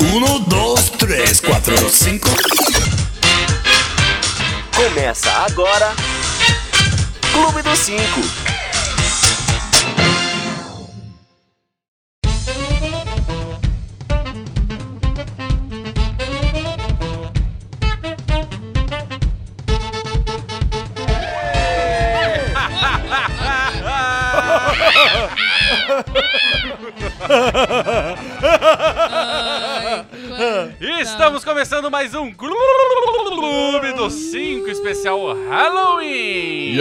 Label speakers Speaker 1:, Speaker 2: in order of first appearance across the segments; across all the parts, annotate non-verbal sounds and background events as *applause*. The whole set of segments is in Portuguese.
Speaker 1: Um, dois, três, quatro, cinco.
Speaker 2: Começa agora. Clube dos Cinco.
Speaker 3: Estamos começando mais um Clube dos 5 especial Halloween!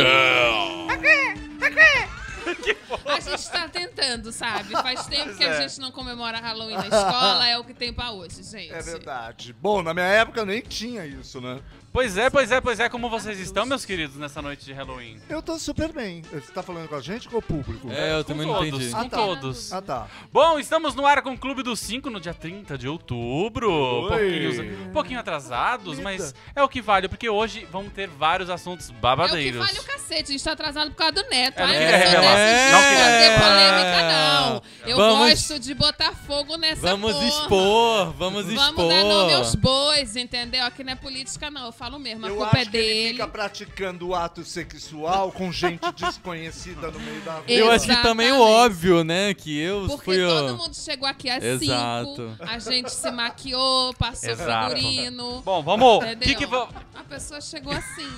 Speaker 4: A gente tá tentando, sabe? Faz tempo que a
Speaker 5: é.
Speaker 4: gente não comemora Halloween na escola, é o que tem pra hoje, gente.
Speaker 5: É verdade. Bom, na minha época nem tinha isso, né?
Speaker 3: Pois é, pois é, pois é, como vocês estão, meus queridos, nessa noite de Halloween?
Speaker 5: Eu tô super bem. Você tá falando com a gente ou com o público?
Speaker 6: É, eu também não
Speaker 3: todos,
Speaker 6: entendi.
Speaker 3: Com
Speaker 5: Ah, tá.
Speaker 3: todos.
Speaker 5: Ah, tá.
Speaker 3: Bom, estamos no ar com o Clube dos 5 no dia 30 de outubro. Pouquinhos, pouquinho atrasados, mas é o que vale, porque hoje vamos ter vários assuntos
Speaker 4: É o que
Speaker 3: babadeiros.
Speaker 4: vale o cacete, a gente tá atrasado por causa do Neto.
Speaker 3: É, não
Speaker 4: Ai, eu
Speaker 3: queria
Speaker 4: sou
Speaker 3: revelar.
Speaker 4: desses
Speaker 3: Não
Speaker 4: de
Speaker 3: queria.
Speaker 4: fazer polêmica, não. Eu
Speaker 6: Vamos-
Speaker 4: gosto de botar fogo nessa
Speaker 6: Vamos
Speaker 4: porra.
Speaker 6: expor, vamos expor.
Speaker 4: Vamos dar nome aos bois, entendeu? Aqui não é política, não. Eu falo mesmo, a
Speaker 5: eu
Speaker 4: culpa
Speaker 5: acho
Speaker 4: é
Speaker 5: que ele
Speaker 4: dele.
Speaker 5: fica praticando o ato sexual
Speaker 4: *laughs*
Speaker 5: com gente desconhecida no meio da
Speaker 6: Eu acho que
Speaker 4: Exatamente.
Speaker 6: também o óbvio, né? Que eu
Speaker 4: Porque
Speaker 6: fui
Speaker 4: todo
Speaker 6: o.
Speaker 4: mundo chegou aqui às
Speaker 6: Exato.
Speaker 4: 5, a gente se maquiou, passou
Speaker 3: Exato.
Speaker 4: figurino.
Speaker 3: Bom, vamos. O
Speaker 4: entendeu?
Speaker 3: que, que, va-
Speaker 4: A pessoa chegou assim.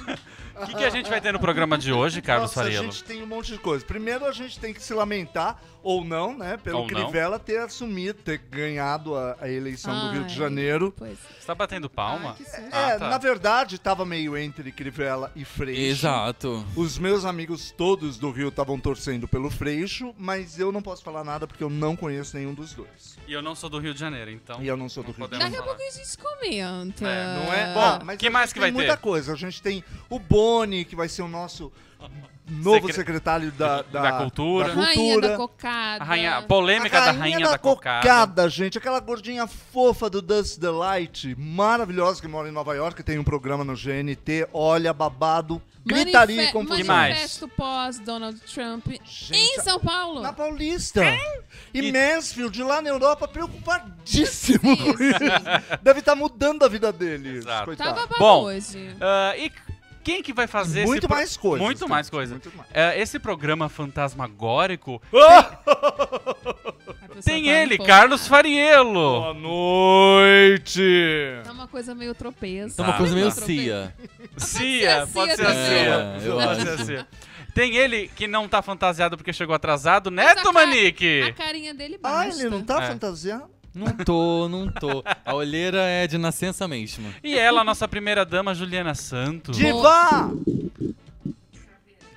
Speaker 3: que, que a gente vai ter no programa de hoje, Carlos
Speaker 5: Nossa, a
Speaker 3: Fariello?
Speaker 5: gente tem um monte de coisa. Primeiro, a gente tem que se lamentar, ou não, né? Pelo
Speaker 3: Ou não.
Speaker 5: Crivella ter assumido, ter ganhado a, a eleição do Rio de
Speaker 4: Ai,
Speaker 5: Janeiro.
Speaker 4: Pois é.
Speaker 3: Você tá batendo palma?
Speaker 4: Ai, que susto.
Speaker 5: É,
Speaker 3: Ah, tá.
Speaker 5: na verdade, tava meio entre Crivella e
Speaker 4: é
Speaker 5: Freixo.
Speaker 6: Exato.
Speaker 5: Os meus amigos todos do Rio estavam torcendo pelo Freixo, mas eu não posso falar nada porque eu não conheço nenhum dos dois.
Speaker 3: E eu não sou do Rio de Janeiro, então.
Speaker 5: E eu não sou do
Speaker 3: Não
Speaker 5: Rio. de
Speaker 3: podemos
Speaker 4: Daqui
Speaker 5: Janeiro.
Speaker 4: a pouco a gente comenta.
Speaker 3: É,
Speaker 5: Não é? Bom, mas
Speaker 3: que
Speaker 5: a
Speaker 3: mais
Speaker 5: gente
Speaker 3: que vai
Speaker 5: tem muita
Speaker 3: ter?
Speaker 5: coisa. A gente tem o Boni, que vai ser o nosso novo
Speaker 3: Secre-
Speaker 5: secretário da,
Speaker 3: da cultura.
Speaker 5: da
Speaker 4: Rainha da
Speaker 5: cultura.
Speaker 4: cocada.
Speaker 3: A rainha, a
Speaker 5: A
Speaker 3: polêmica da rainha da, cocada.
Speaker 5: gente. Aquela gordinha fofa do Dust Delight, maravilhosa, que mora em Nova York, tem um programa no GNT. Olha, babado, gritaria e
Speaker 4: Manife-
Speaker 5: confusão.
Speaker 4: Manifesto pós-Donald Trump
Speaker 5: Gente,
Speaker 4: em São Paulo.
Speaker 5: Na Paulista.
Speaker 4: É?
Speaker 5: E, Mansfield, lá na Europa, preocupadíssimo com
Speaker 4: Isso,
Speaker 5: isso. Deve estar mudando a vida dele.
Speaker 3: Exato.
Speaker 4: Tava pra
Speaker 3: Bom,
Speaker 4: hoje.
Speaker 3: Ah, e quem que vai fazer esse
Speaker 5: Muito
Speaker 3: pro-
Speaker 5: mais coisas.
Speaker 3: Muito
Speaker 5: tá?
Speaker 3: mais coisa.
Speaker 5: Muito mais.
Speaker 3: Ah, esse programa fantasmagórico
Speaker 4: A pessoa
Speaker 3: tem
Speaker 4: tá
Speaker 3: ele,
Speaker 4: em fogo.
Speaker 3: Carlos Fariello.
Speaker 5: noite.
Speaker 4: Tá uma coisa meio tropeça.
Speaker 6: Tá uma coisa meio
Speaker 4: tropeça.
Speaker 6: cia.
Speaker 3: Cia, pode ser
Speaker 4: pode ser
Speaker 3: a
Speaker 4: a
Speaker 6: Cia
Speaker 3: Cia.
Speaker 6: também. É, eu
Speaker 3: Pode ser a Cia. Tem ele que não tá fantasiado porque chegou atrasado, Neto
Speaker 4: a cara- A
Speaker 3: Manique.
Speaker 4: carinha dele
Speaker 5: Ah,
Speaker 4: basta.
Speaker 5: ele não tá
Speaker 3: É.
Speaker 5: fantasiado?
Speaker 6: Não tô, não tô. A olheira é de nascença mesmo.
Speaker 3: E ela, nossa primeira dama, Juliana Santos.
Speaker 5: Diva!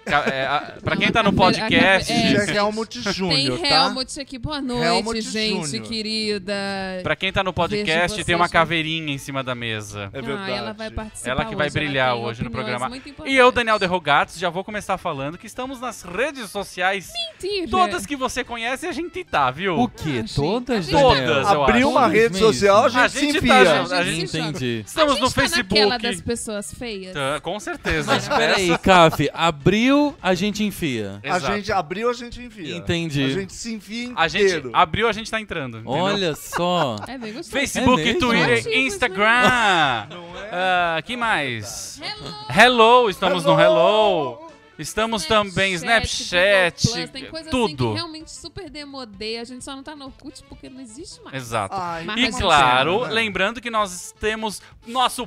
Speaker 3: Ca- é, a- pra
Speaker 4: Não,
Speaker 3: quem tá no
Speaker 4: a cabe- a
Speaker 3: podcast,
Speaker 4: cabe- É,
Speaker 5: Já é
Speaker 4: gente.
Speaker 5: Helmut
Speaker 4: Tem
Speaker 5: Júnior, tá?
Speaker 4: Helmut aqui. Boa noite,
Speaker 5: Helmut
Speaker 4: gente
Speaker 5: Júnior.
Speaker 4: querida.
Speaker 3: pra quem tá no podcast,
Speaker 4: Vejo
Speaker 3: tem uma
Speaker 4: vocês-
Speaker 3: caveirinha em cima da mesa.
Speaker 5: É
Speaker 4: Ah, ela vai participar
Speaker 3: Ela que vai
Speaker 4: hoje,
Speaker 3: brilhar
Speaker 4: tem
Speaker 3: hoje no
Speaker 4: opiniões
Speaker 3: programa.
Speaker 4: muito
Speaker 3: E eu,
Speaker 4: importantes.
Speaker 3: Daniel Derrogatos, já vou começar falando que estamos nas redes sociais.
Speaker 4: Mentira.
Speaker 3: Todas que você conhece, a gente tá, viu?
Speaker 6: O quê?
Speaker 4: Ah, gente.
Speaker 6: Todas?
Speaker 3: Todas,
Speaker 6: Daniel?
Speaker 3: eu acho.
Speaker 5: Abriu uma
Speaker 6: Todas
Speaker 5: rede
Speaker 6: mesmo.
Speaker 5: social, a gente,
Speaker 3: A
Speaker 5: se
Speaker 3: gente tá
Speaker 5: enfia.
Speaker 4: junto. A gente se
Speaker 6: Entendi.
Speaker 3: Estamos
Speaker 4: a gente
Speaker 3: no
Speaker 4: tá
Speaker 3: Facebook.
Speaker 4: naquela das pessoas feias.
Speaker 3: Tá, com certeza.
Speaker 6: Mas peraí, Caf, abriu, a gente enfia.
Speaker 5: A
Speaker 3: Exato.
Speaker 5: gente abriu, a gente enfia.
Speaker 6: Entendi.
Speaker 5: A gente se enfia inteiro.
Speaker 3: A gente abriu, a gente tá entrando. entendeu?
Speaker 6: Olha só.
Speaker 4: É bem gostoso.
Speaker 3: Facebook,
Speaker 6: É mesmo?
Speaker 3: Twitter,
Speaker 4: Ativos, né?
Speaker 3: Instagram.
Speaker 5: é?
Speaker 3: Ah, que mais?
Speaker 4: Hello, né?
Speaker 3: Hello, estamos no Hello. Estamos
Speaker 4: Snapchat,
Speaker 3: também Snapchat,
Speaker 4: Google Plus, tem coisa assim que
Speaker 3: tudo.
Speaker 4: realmente super demodê. A gente só não tá no Orkut porque não existe mais.
Speaker 3: Exato.
Speaker 5: Ai,
Speaker 4: Mas é
Speaker 3: E
Speaker 4: Arrasou.
Speaker 3: claro,
Speaker 5: Né?
Speaker 3: lembrando que nós temos nosso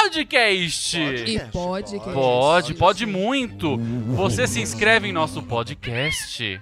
Speaker 3: podcast.
Speaker 4: E pode, que
Speaker 3: Pode,
Speaker 4: existe.
Speaker 3: pode muito. Você se inscreve em nosso podcast.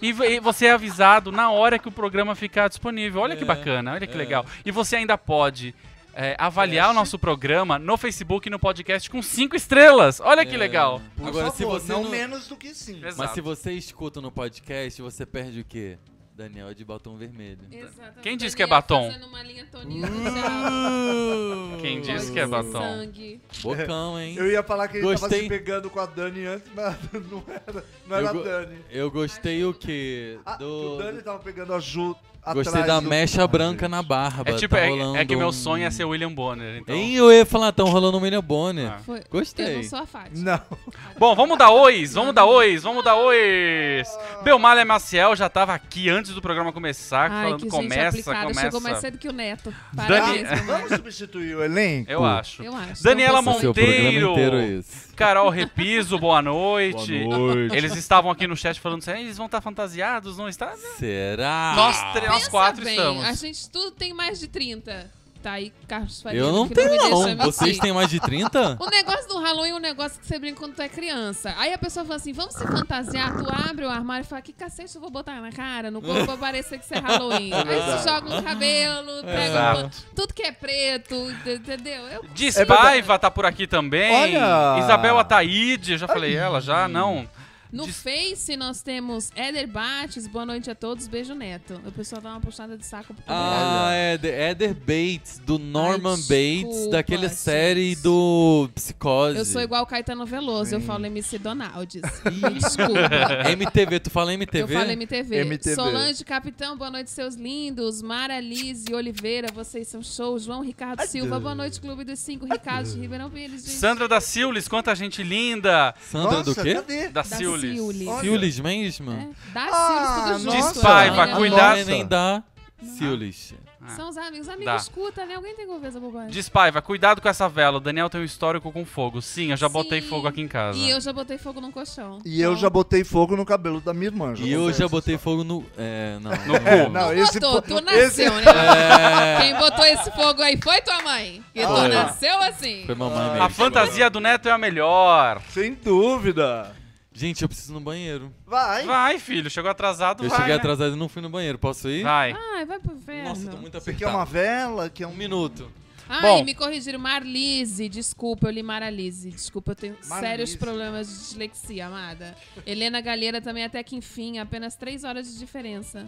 Speaker 3: E v- e você é avisado na hora que o programa ficar disponível. Olha que
Speaker 6: É,
Speaker 3: bacana, olha que
Speaker 6: é.
Speaker 3: legal. E você ainda pode é, avaliar o nosso programa no Facebook e no podcast com cinco estrelas. Olha que
Speaker 6: É.
Speaker 3: legal.
Speaker 5: Por
Speaker 6: Agora, se
Speaker 5: favor,
Speaker 6: você
Speaker 5: não,
Speaker 6: não-
Speaker 5: menos do que sim.
Speaker 6: Mas se
Speaker 3: Exato.
Speaker 6: você escuta no podcast, você perde o quê? Daniel é de batom
Speaker 5: *laughs*
Speaker 6: vermelho.
Speaker 4: Exatamente.
Speaker 3: Quem disse que é
Speaker 4: Daniel
Speaker 3: batom?
Speaker 4: fazendo uma linha toniana, já,
Speaker 3: Quem
Speaker 4: pode
Speaker 3: disse que é
Speaker 4: ser
Speaker 3: batom?
Speaker 4: sangue.
Speaker 6: Bocão, hein?
Speaker 5: Hum. Eu ia falar que ele tava
Speaker 6: Gostei.
Speaker 5: se pegando com a Dani antes, mas *laughs* não era,
Speaker 6: Eu
Speaker 5: não era a
Speaker 6: go-
Speaker 5: Dani.
Speaker 6: Eu gostei o quê?
Speaker 5: Ah, que
Speaker 6: Do.
Speaker 5: o Dani tava pegando a Ju
Speaker 6: Gostei
Speaker 5: atrás um
Speaker 6: da
Speaker 5: do-
Speaker 6: mecha branca na barba.
Speaker 3: É tipo,
Speaker 6: tá
Speaker 3: é-
Speaker 6: rolando
Speaker 3: é, que meu
Speaker 6: um-
Speaker 3: sonho é ser William Bonner, então.
Speaker 6: Hein, eu ia falar, tão rolando um William Bonner.
Speaker 3: Ah.
Speaker 4: Foi- Eu
Speaker 6: Gostei.
Speaker 4: não sou a Fátima.
Speaker 5: *laughs*
Speaker 3: Tá
Speaker 5: Não.
Speaker 3: Bom, vamos dar ois, vamos dar ois, vamos dar ois. Belmalha Maciel já tava aqui antes do programa começar,
Speaker 4: Ai,
Speaker 3: falando
Speaker 4: que gente
Speaker 3: começa,
Speaker 4: aplicada.
Speaker 3: começa.
Speaker 4: Chegou mais cedo que o Neto.
Speaker 3: Dani-
Speaker 6: *laughs*
Speaker 3: *laughs*
Speaker 4: Parabéns, meu
Speaker 5: Vamos
Speaker 4: amor.
Speaker 5: substituir o
Speaker 6: É
Speaker 5: elenco?
Speaker 3: Eu acho.
Speaker 4: Eu acho.
Speaker 3: Daniela
Speaker 4: Então,
Speaker 6: Esse é o
Speaker 3: Monteiro.
Speaker 6: programa inteiro esse.
Speaker 3: Carol Repiso, boa noite.
Speaker 6: Boa noite.
Speaker 3: Eles estavam aqui no chat falando assim, "Ah, eles vão estar fantasiados, não está?
Speaker 6: É Será?
Speaker 3: Nós, tre- nós
Speaker 4: Pensa
Speaker 3: quatro
Speaker 4: bem,
Speaker 3: estamos.
Speaker 4: A gente tudo tem mais de 30. Tá aí, Carlos Faria.
Speaker 6: Eu não
Speaker 4: que
Speaker 6: tenho,
Speaker 4: me
Speaker 6: não.
Speaker 4: deixa mentir.
Speaker 6: Vocês têm mais de 30?
Speaker 4: O negócio do Halloween é um negócio que você brinca quando tu é criança. Aí a pessoa fala assim: vamos se fantasiar, tu abre o armário e fala: que cacete eu vou botar na cara, no corpo pra parecer que isso é Halloween. Aí você joga no cabelo, pega
Speaker 3: Exato.
Speaker 4: o- tudo que é preto, ent- entendeu? Eu
Speaker 3: Despaiva tá por aqui também.
Speaker 5: Olha!
Speaker 3: Isabel Ataíde, eu já falei ela, já não.
Speaker 4: No
Speaker 3: Des-
Speaker 4: Face nós temos Éder Bates, boa noite a todos, beijo neto. O pessoal dá uma puxada de saco pro
Speaker 6: Ah, Eder, Eder Bates, do Norman Bates,
Speaker 4: desculpa,
Speaker 6: daquela
Speaker 4: gente.
Speaker 6: série do Psicose.
Speaker 4: Eu sou igual o Caetano Veloso, eu falo MC Donaldes. Me desculpa.
Speaker 6: *laughs* MTV, tu fala MTV?
Speaker 4: Eu falo MTV.
Speaker 5: MTV.
Speaker 4: Solange Capitão, boa noite, seus lindos. Mara Lise Oliveira, vocês são show. João Ricardo Silva, boa noite, Clube dos Cinco. Ricardo de Ribeirão Pires, gente.
Speaker 3: Sandra da Siulis, quanta gente linda
Speaker 6: Sandra
Speaker 5: Nossa, tá
Speaker 6: do quê?
Speaker 5: cadê?
Speaker 3: da,
Speaker 4: da
Speaker 3: Siulis.
Speaker 4: Ciulis.
Speaker 5: Olha.
Speaker 6: Siulis mesmo?
Speaker 4: É, da
Speaker 5: Ah,
Speaker 4: Ciulis, tudo junto.
Speaker 5: nossa.
Speaker 3: Despaiva,
Speaker 4: né?
Speaker 6: O
Speaker 3: cuidado.
Speaker 6: nome nem dá Siulis. Ah,
Speaker 4: São os amigos. Os amigos
Speaker 3: Dá.
Speaker 4: escuta, né? Alguém tem que ouvir essa bobagem.
Speaker 3: Despaiva, cuidado com essa vela. O Daniel tem um histórico com fogo. Sim, eu já botei
Speaker 4: Sim.
Speaker 3: fogo aqui em casa.
Speaker 4: E eu já botei fogo num colchão.
Speaker 5: E eu
Speaker 4: Então,
Speaker 5: já botei fogo no cabelo da minha irmã.
Speaker 6: E eu
Speaker 5: contei
Speaker 6: já
Speaker 5: essa
Speaker 6: botei fogo no... É, não.
Speaker 3: No cu.
Speaker 5: Não,
Speaker 4: Tu
Speaker 5: esse
Speaker 4: botou,
Speaker 5: po-
Speaker 4: tu nasceu,
Speaker 5: esse-
Speaker 4: né?
Speaker 5: *laughs*
Speaker 6: É.
Speaker 4: *laughs* Quem botou esse fogo aí foi tua mãe. Que tu
Speaker 6: Foi.
Speaker 4: nasceu assim.
Speaker 6: Foi mamãe mesmo.
Speaker 3: A fantasia do Neto é a melhor.
Speaker 5: Sem dúvida.
Speaker 6: Gente, eu preciso ir no banheiro.
Speaker 5: Vai.
Speaker 3: Vai, filho, chegou atrasado,
Speaker 6: Eu
Speaker 3: vai.
Speaker 6: cheguei
Speaker 3: né?
Speaker 6: atrasado e não fui no banheiro. Posso ir?
Speaker 3: Vai.
Speaker 4: Ai, vai pro inferno.
Speaker 6: Nossa, tô muito
Speaker 5: Você quer é uma
Speaker 6: apertado.
Speaker 5: vela? Quer
Speaker 6: Um
Speaker 5: um...
Speaker 6: minuto.
Speaker 4: Ai,
Speaker 3: Bom.
Speaker 4: me corrigiram. Marlise, desculpa, eu li Maralise. Desculpa, eu tenho
Speaker 5: Marlise.
Speaker 4: sérios problemas de dislexia, amada. Helena Galheira também, até que enfim, apenas três horas de diferença.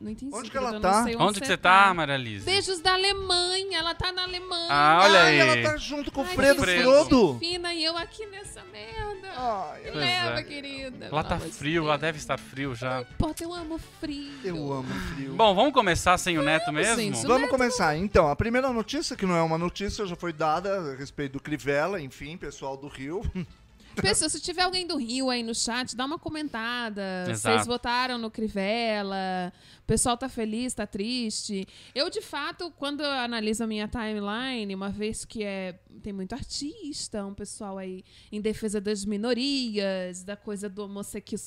Speaker 4: Não entendi.
Speaker 5: Onde que
Speaker 4: querido,
Speaker 5: ela
Speaker 4: eu
Speaker 5: tá?
Speaker 4: Não sei
Speaker 3: Onde que você tá, Maria Lise?
Speaker 4: Beijos da Alemanha, ela tá na Alemanha.
Speaker 3: Ah, olha
Speaker 5: Ai,
Speaker 3: aí.
Speaker 5: ela tá junto com o
Speaker 4: Ai,
Speaker 5: Fredo
Speaker 4: que
Speaker 3: Fredo.
Speaker 5: Frodo.
Speaker 4: Fina e eu aqui nessa merda.
Speaker 5: Ai,
Speaker 4: Me
Speaker 3: Pois
Speaker 4: leva,
Speaker 3: é.
Speaker 4: querida.
Speaker 3: Lá tá
Speaker 4: Não, mas
Speaker 3: frio,
Speaker 4: tem-
Speaker 3: lá deve estar frio
Speaker 5: Tá
Speaker 3: já.
Speaker 4: Porta, eu amo frio.
Speaker 5: eu amo frio.
Speaker 3: Bom, vamos começar sem o Neto mesmo?
Speaker 4: gente.
Speaker 5: Vamos começar. Então, a primeira notícia, que não é uma notícia, já foi dada a respeito do Crivella, enfim, pessoal do Rio. *laughs*
Speaker 4: *laughs* Pessoal, se tiver alguém do Rio aí no chat, dá uma comentada.
Speaker 3: Exato.
Speaker 4: Vocês votaram no Crivella, o pessoal tá feliz, tá triste. Eu, de fato, quando eu analiso a minha timeline, uma vez que é tem muito artista, um pessoal aí em defesa das minorias, da coisa do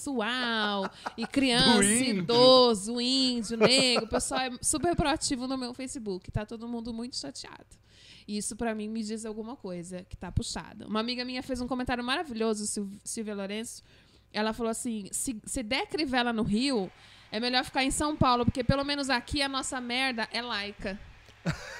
Speaker 4: homossexual, e criança,
Speaker 5: índio.
Speaker 4: idoso, índio, negro, o pessoal é super proativo no meu Facebook, tá todo mundo muito chateado. Isso pra mim me diz alguma coisa que tá puxada. Uma amiga minha fez um comentário maravilhoso, Sil- Silvia Lourenço. Ela falou assim: se, se der crivela no Rio, é melhor ficar em São Paulo, porque pelo menos aqui a nossa merda é laica.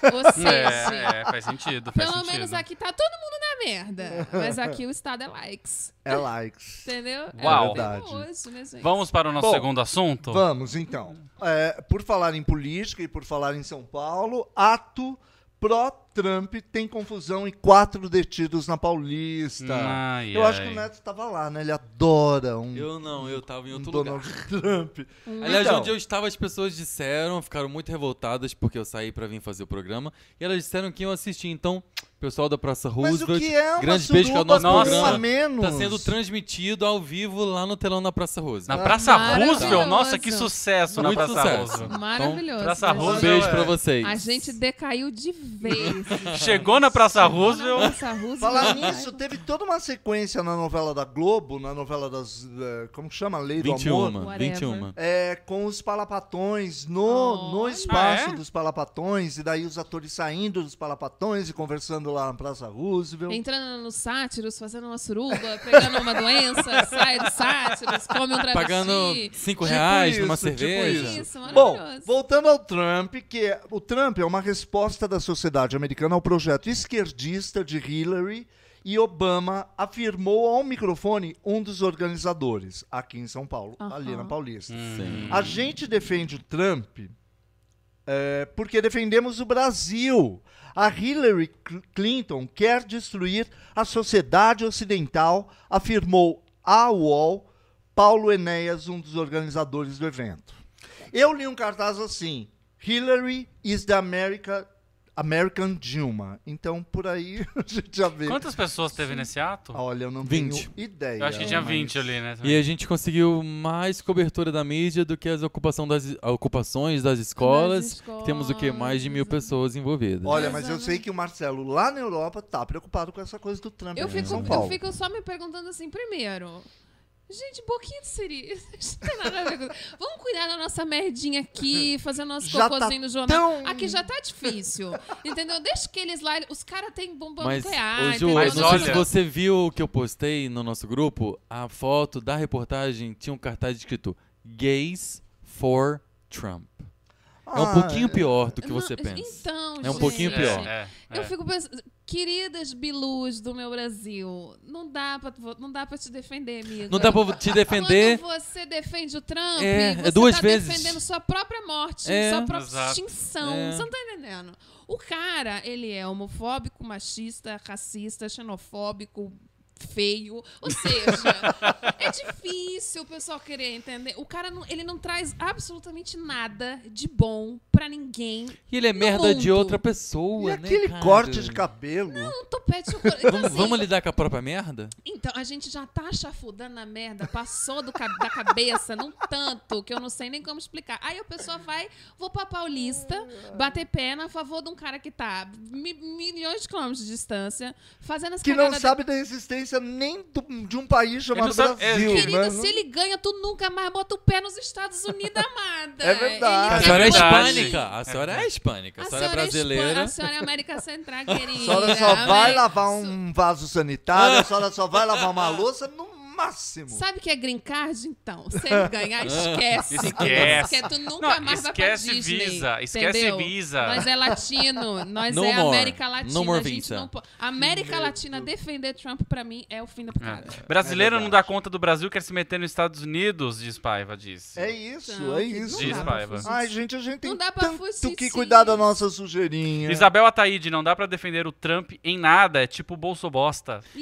Speaker 4: Ou seja,
Speaker 3: *laughs* É, é, faz sentido, faz
Speaker 4: pelo
Speaker 3: sentido.
Speaker 4: menos aqui tá todo mundo na merda. Mas aqui o estado é likes.
Speaker 5: É likes.
Speaker 4: Entendeu?
Speaker 3: Uau.
Speaker 4: É
Speaker 5: Verdade.
Speaker 4: perigoso, né, gente?
Speaker 3: Vamos para o nosso
Speaker 5: Bom,
Speaker 3: segundo assunto?
Speaker 5: Vamos, então. É, por falar em política e por falar em São Paulo, ato pró-Trump tem confusão e quatro detidos na
Speaker 6: Hum,
Speaker 5: Paulista.
Speaker 3: Ai,
Speaker 5: tá. Eu acho
Speaker 3: ai.
Speaker 5: que o Neto estava lá, né? Ele adora um,
Speaker 6: Eu não, eu tava em
Speaker 5: um
Speaker 6: outro lugar.
Speaker 5: Donald Trump.
Speaker 6: Aliás, é
Speaker 5: Então.
Speaker 6: onde eu estava, as pessoas disseram, ficaram muito revoltadas porque eu saí pra vir fazer o programa. E elas disseram que iam assistir. Então, pessoal da Praça
Speaker 5: Mas o
Speaker 6: Roosevelt,
Speaker 5: que é uma
Speaker 6: grande
Speaker 5: suruba
Speaker 6: beijo que é o nosso
Speaker 5: com um a
Speaker 6: programa.
Speaker 5: menos?
Speaker 6: Tá sendo transmitido ao vivo lá no telão da Praça
Speaker 3: Na
Speaker 6: Roosevelt.
Speaker 5: tá
Speaker 3: Praça
Speaker 4: Maravilhoso.
Speaker 3: Roosevelt? Nossa, que sucesso
Speaker 6: Muito
Speaker 3: na Praça
Speaker 6: sucesso.
Speaker 3: Roosevelt.
Speaker 4: Maravilhoso.
Speaker 3: Praça
Speaker 4: né,
Speaker 6: Um
Speaker 3: Roosevelt.
Speaker 4: gente?
Speaker 6: beijo pra vocês.
Speaker 4: A gente decaiu de vez.
Speaker 3: Chegou na Praça
Speaker 4: Na
Speaker 3: Roosevelt.
Speaker 4: Praça Roosevelt.
Speaker 5: Falar nisso, teve toda uma sequência na novela da Globo, na novela das... eh, como que chama? Lei do Amor?
Speaker 6: 21,
Speaker 4: Whatever.
Speaker 6: 21.
Speaker 5: É, com os palapatões no, no
Speaker 4: Olha.
Speaker 5: espaço
Speaker 3: Ah, é?
Speaker 5: dos palapatões, e daí os atores saindo dos palapatões e conversando lá na Praça
Speaker 4: Então,
Speaker 5: Roosevelt.
Speaker 4: Entrando nos sátiros, fazendo uma suruba, pegando uma
Speaker 5: *laughs*
Speaker 4: doença, sai dos sátiros, come um travesti.
Speaker 6: Pagando 5
Speaker 5: Tipo
Speaker 6: reais numa
Speaker 5: isso, tipo
Speaker 6: cerveja.
Speaker 5: isso.
Speaker 4: Isso, é
Speaker 5: Bom,
Speaker 4: maravilhoso.
Speaker 5: voltando ao Trump, que é- o Trump é uma resposta da sociedade americana ao projeto esquerdista de Hillary e Obama afirmou ao microfone um dos organizadores aqui em São Paulo,
Speaker 4: Aham.
Speaker 5: ali na Paulista.
Speaker 6: Sim.
Speaker 5: A gente defende o Trump é, porque defendemos o Brasil. A Hillary Cl- Clinton quer destruir a sociedade ocidental, afirmou a UOL Paulo Enéas, um dos organizadores do evento. Eu li um cartaz assim: Hillary is the America, American Dilma. Então por aí *laughs* a gente já vê.
Speaker 3: Quantas pessoas teve nesse ato?
Speaker 5: Olha, eu não
Speaker 6: 20.
Speaker 5: tenho ideia.
Speaker 3: Eu acho que tinha
Speaker 5: mas-
Speaker 3: 20 ali, né?
Speaker 6: E a gente conseguiu mais cobertura da mídia do que as ocupação das, a ocupações das escolas.
Speaker 4: Das escolas,
Speaker 6: Temos o quê? Mais de mil
Speaker 4: exato.
Speaker 6: pessoas envolvidas.
Speaker 5: Olha,
Speaker 4: Mas
Speaker 5: mas eu
Speaker 4: eu não-
Speaker 5: sei que o Marcelo lá na Europa tá preocupado com essa coisa do Trump
Speaker 4: Eu
Speaker 5: aqui em
Speaker 4: fico,
Speaker 5: São
Speaker 4: eu
Speaker 5: Paulo.
Speaker 4: fico só me perguntando assim, primeiro. Gente, boquinha de siri. *laughs* Isso não tem nada a ver com isso. Vamos cuidar da nossa merdinha aqui, fazer nosso
Speaker 5: Já tá
Speaker 4: cocôzinho no jornal.
Speaker 5: tão-
Speaker 4: Aqui já tá difícil. Entendeu? Deixa que eles lá. Os caras têm bomba
Speaker 6: Mas,
Speaker 4: nuclear.
Speaker 6: ô, Ju,
Speaker 4: entendeu?
Speaker 6: eu
Speaker 3: Mas
Speaker 6: não sei se
Speaker 3: olha-
Speaker 6: você viu o que eu postei no nosso grupo. A foto da reportagem tinha um cartaz escrito Gays for Trump. é um
Speaker 5: Ah,
Speaker 6: pouquinho pior do que
Speaker 4: Não,
Speaker 6: você pensa.
Speaker 4: Então,
Speaker 6: É um pouquinho
Speaker 4: gente,
Speaker 6: pior.
Speaker 3: É, é,
Speaker 4: Eu
Speaker 3: é.
Speaker 4: fico pensando, queridas bilus do meu Brasil, não dá pra, vo- não dá pra te defender, amigo.
Speaker 6: Não dá pra te defender.
Speaker 4: Quando você defende o Trump,
Speaker 6: É,
Speaker 4: você
Speaker 6: duas
Speaker 4: tá
Speaker 6: vezes.
Speaker 4: defendendo sua própria morte,
Speaker 6: É.
Speaker 4: sua própria
Speaker 3: Exato.
Speaker 4: extinção.
Speaker 6: É.
Speaker 4: Você não tá entendendo. O cara, ele é homofóbico, machista, racista, xenofóbico, feio. Ou seja,
Speaker 6: *laughs*
Speaker 4: é difícil o pessoal querer entender. O cara, não, ele não traz absolutamente nada de bom pra ninguém.
Speaker 6: E ele é
Speaker 4: No
Speaker 6: merda de
Speaker 4: mundo.
Speaker 6: outra pessoa,
Speaker 5: E
Speaker 6: né?
Speaker 5: aquele
Speaker 6: cara?
Speaker 5: corte de cabelo.
Speaker 4: Um topete... Então,
Speaker 6: Vamos,
Speaker 4: assim,
Speaker 6: vamos lidar com a própria merda?
Speaker 4: Então, a gente já tá chafurdando na merda, passou do ca- da cabeça, num tanto, que eu não sei nem como explicar. Aí a pessoa vai, vou pra Paulista, bater perna a favor de um cara que tá mi- milhões de quilômetros de distância, fazendo essa
Speaker 5: que não sabe da existência nem do- de um país chamado
Speaker 3: não sabe- é,
Speaker 5: Brasil.
Speaker 3: que-
Speaker 4: Querida,
Speaker 5: né?
Speaker 4: se ele ganha, tu nunca mais bota o pé nos Estados Unidos, amada.
Speaker 5: É verdade.
Speaker 6: A
Speaker 4: Ele
Speaker 3: É
Speaker 6: senhora é
Speaker 3: verdade.
Speaker 6: hispânica. A senhora é hispânica. A senhora é brasileira.
Speaker 4: A senhora é América Central, querida.
Speaker 5: A senhora só vai
Speaker 4: América-
Speaker 5: lavar um vaso sanitário, a senhora só vai
Speaker 4: *laughs*
Speaker 5: lavar uma louça no máximo.
Speaker 4: Ah. Sabe o que é green card, então? Se
Speaker 3: *laughs*
Speaker 4: ele ganhar, esquece.
Speaker 3: Esquece.
Speaker 4: Porque tu nunca
Speaker 3: Não,
Speaker 4: mais vai pra
Speaker 3: esquece
Speaker 4: Disney.
Speaker 3: Visa, esquece
Speaker 4: entendeu?
Speaker 3: Visa.
Speaker 4: Nós é latino, nós
Speaker 6: No
Speaker 4: é
Speaker 6: more.
Speaker 4: América Latina.
Speaker 6: No more
Speaker 4: a gente
Speaker 6: Visa.
Speaker 4: não po- América Latina defender Trump pra mim é o fim da picada.
Speaker 3: Brasileiro
Speaker 5: É
Speaker 3: não dá
Speaker 5: verdade.
Speaker 3: conta do Brasil, quer se meter nos Estados Unidos, diz Paiva, disse.
Speaker 5: É isso,
Speaker 4: Não,
Speaker 5: é
Speaker 4: que não
Speaker 5: isso.
Speaker 3: Diz,
Speaker 4: dá pra
Speaker 3: Paiva.
Speaker 4: fugir.
Speaker 5: Ai, gente, a gente tem
Speaker 4: Não dá pra
Speaker 5: tanto
Speaker 4: fugir,
Speaker 5: que
Speaker 4: sim.
Speaker 5: cuidar da nossa sujeirinha.
Speaker 6: né?
Speaker 3: Isabel Ataíde, não dá pra defender o Trump em nada, é tipo o Bolsobosta.
Speaker 6: É,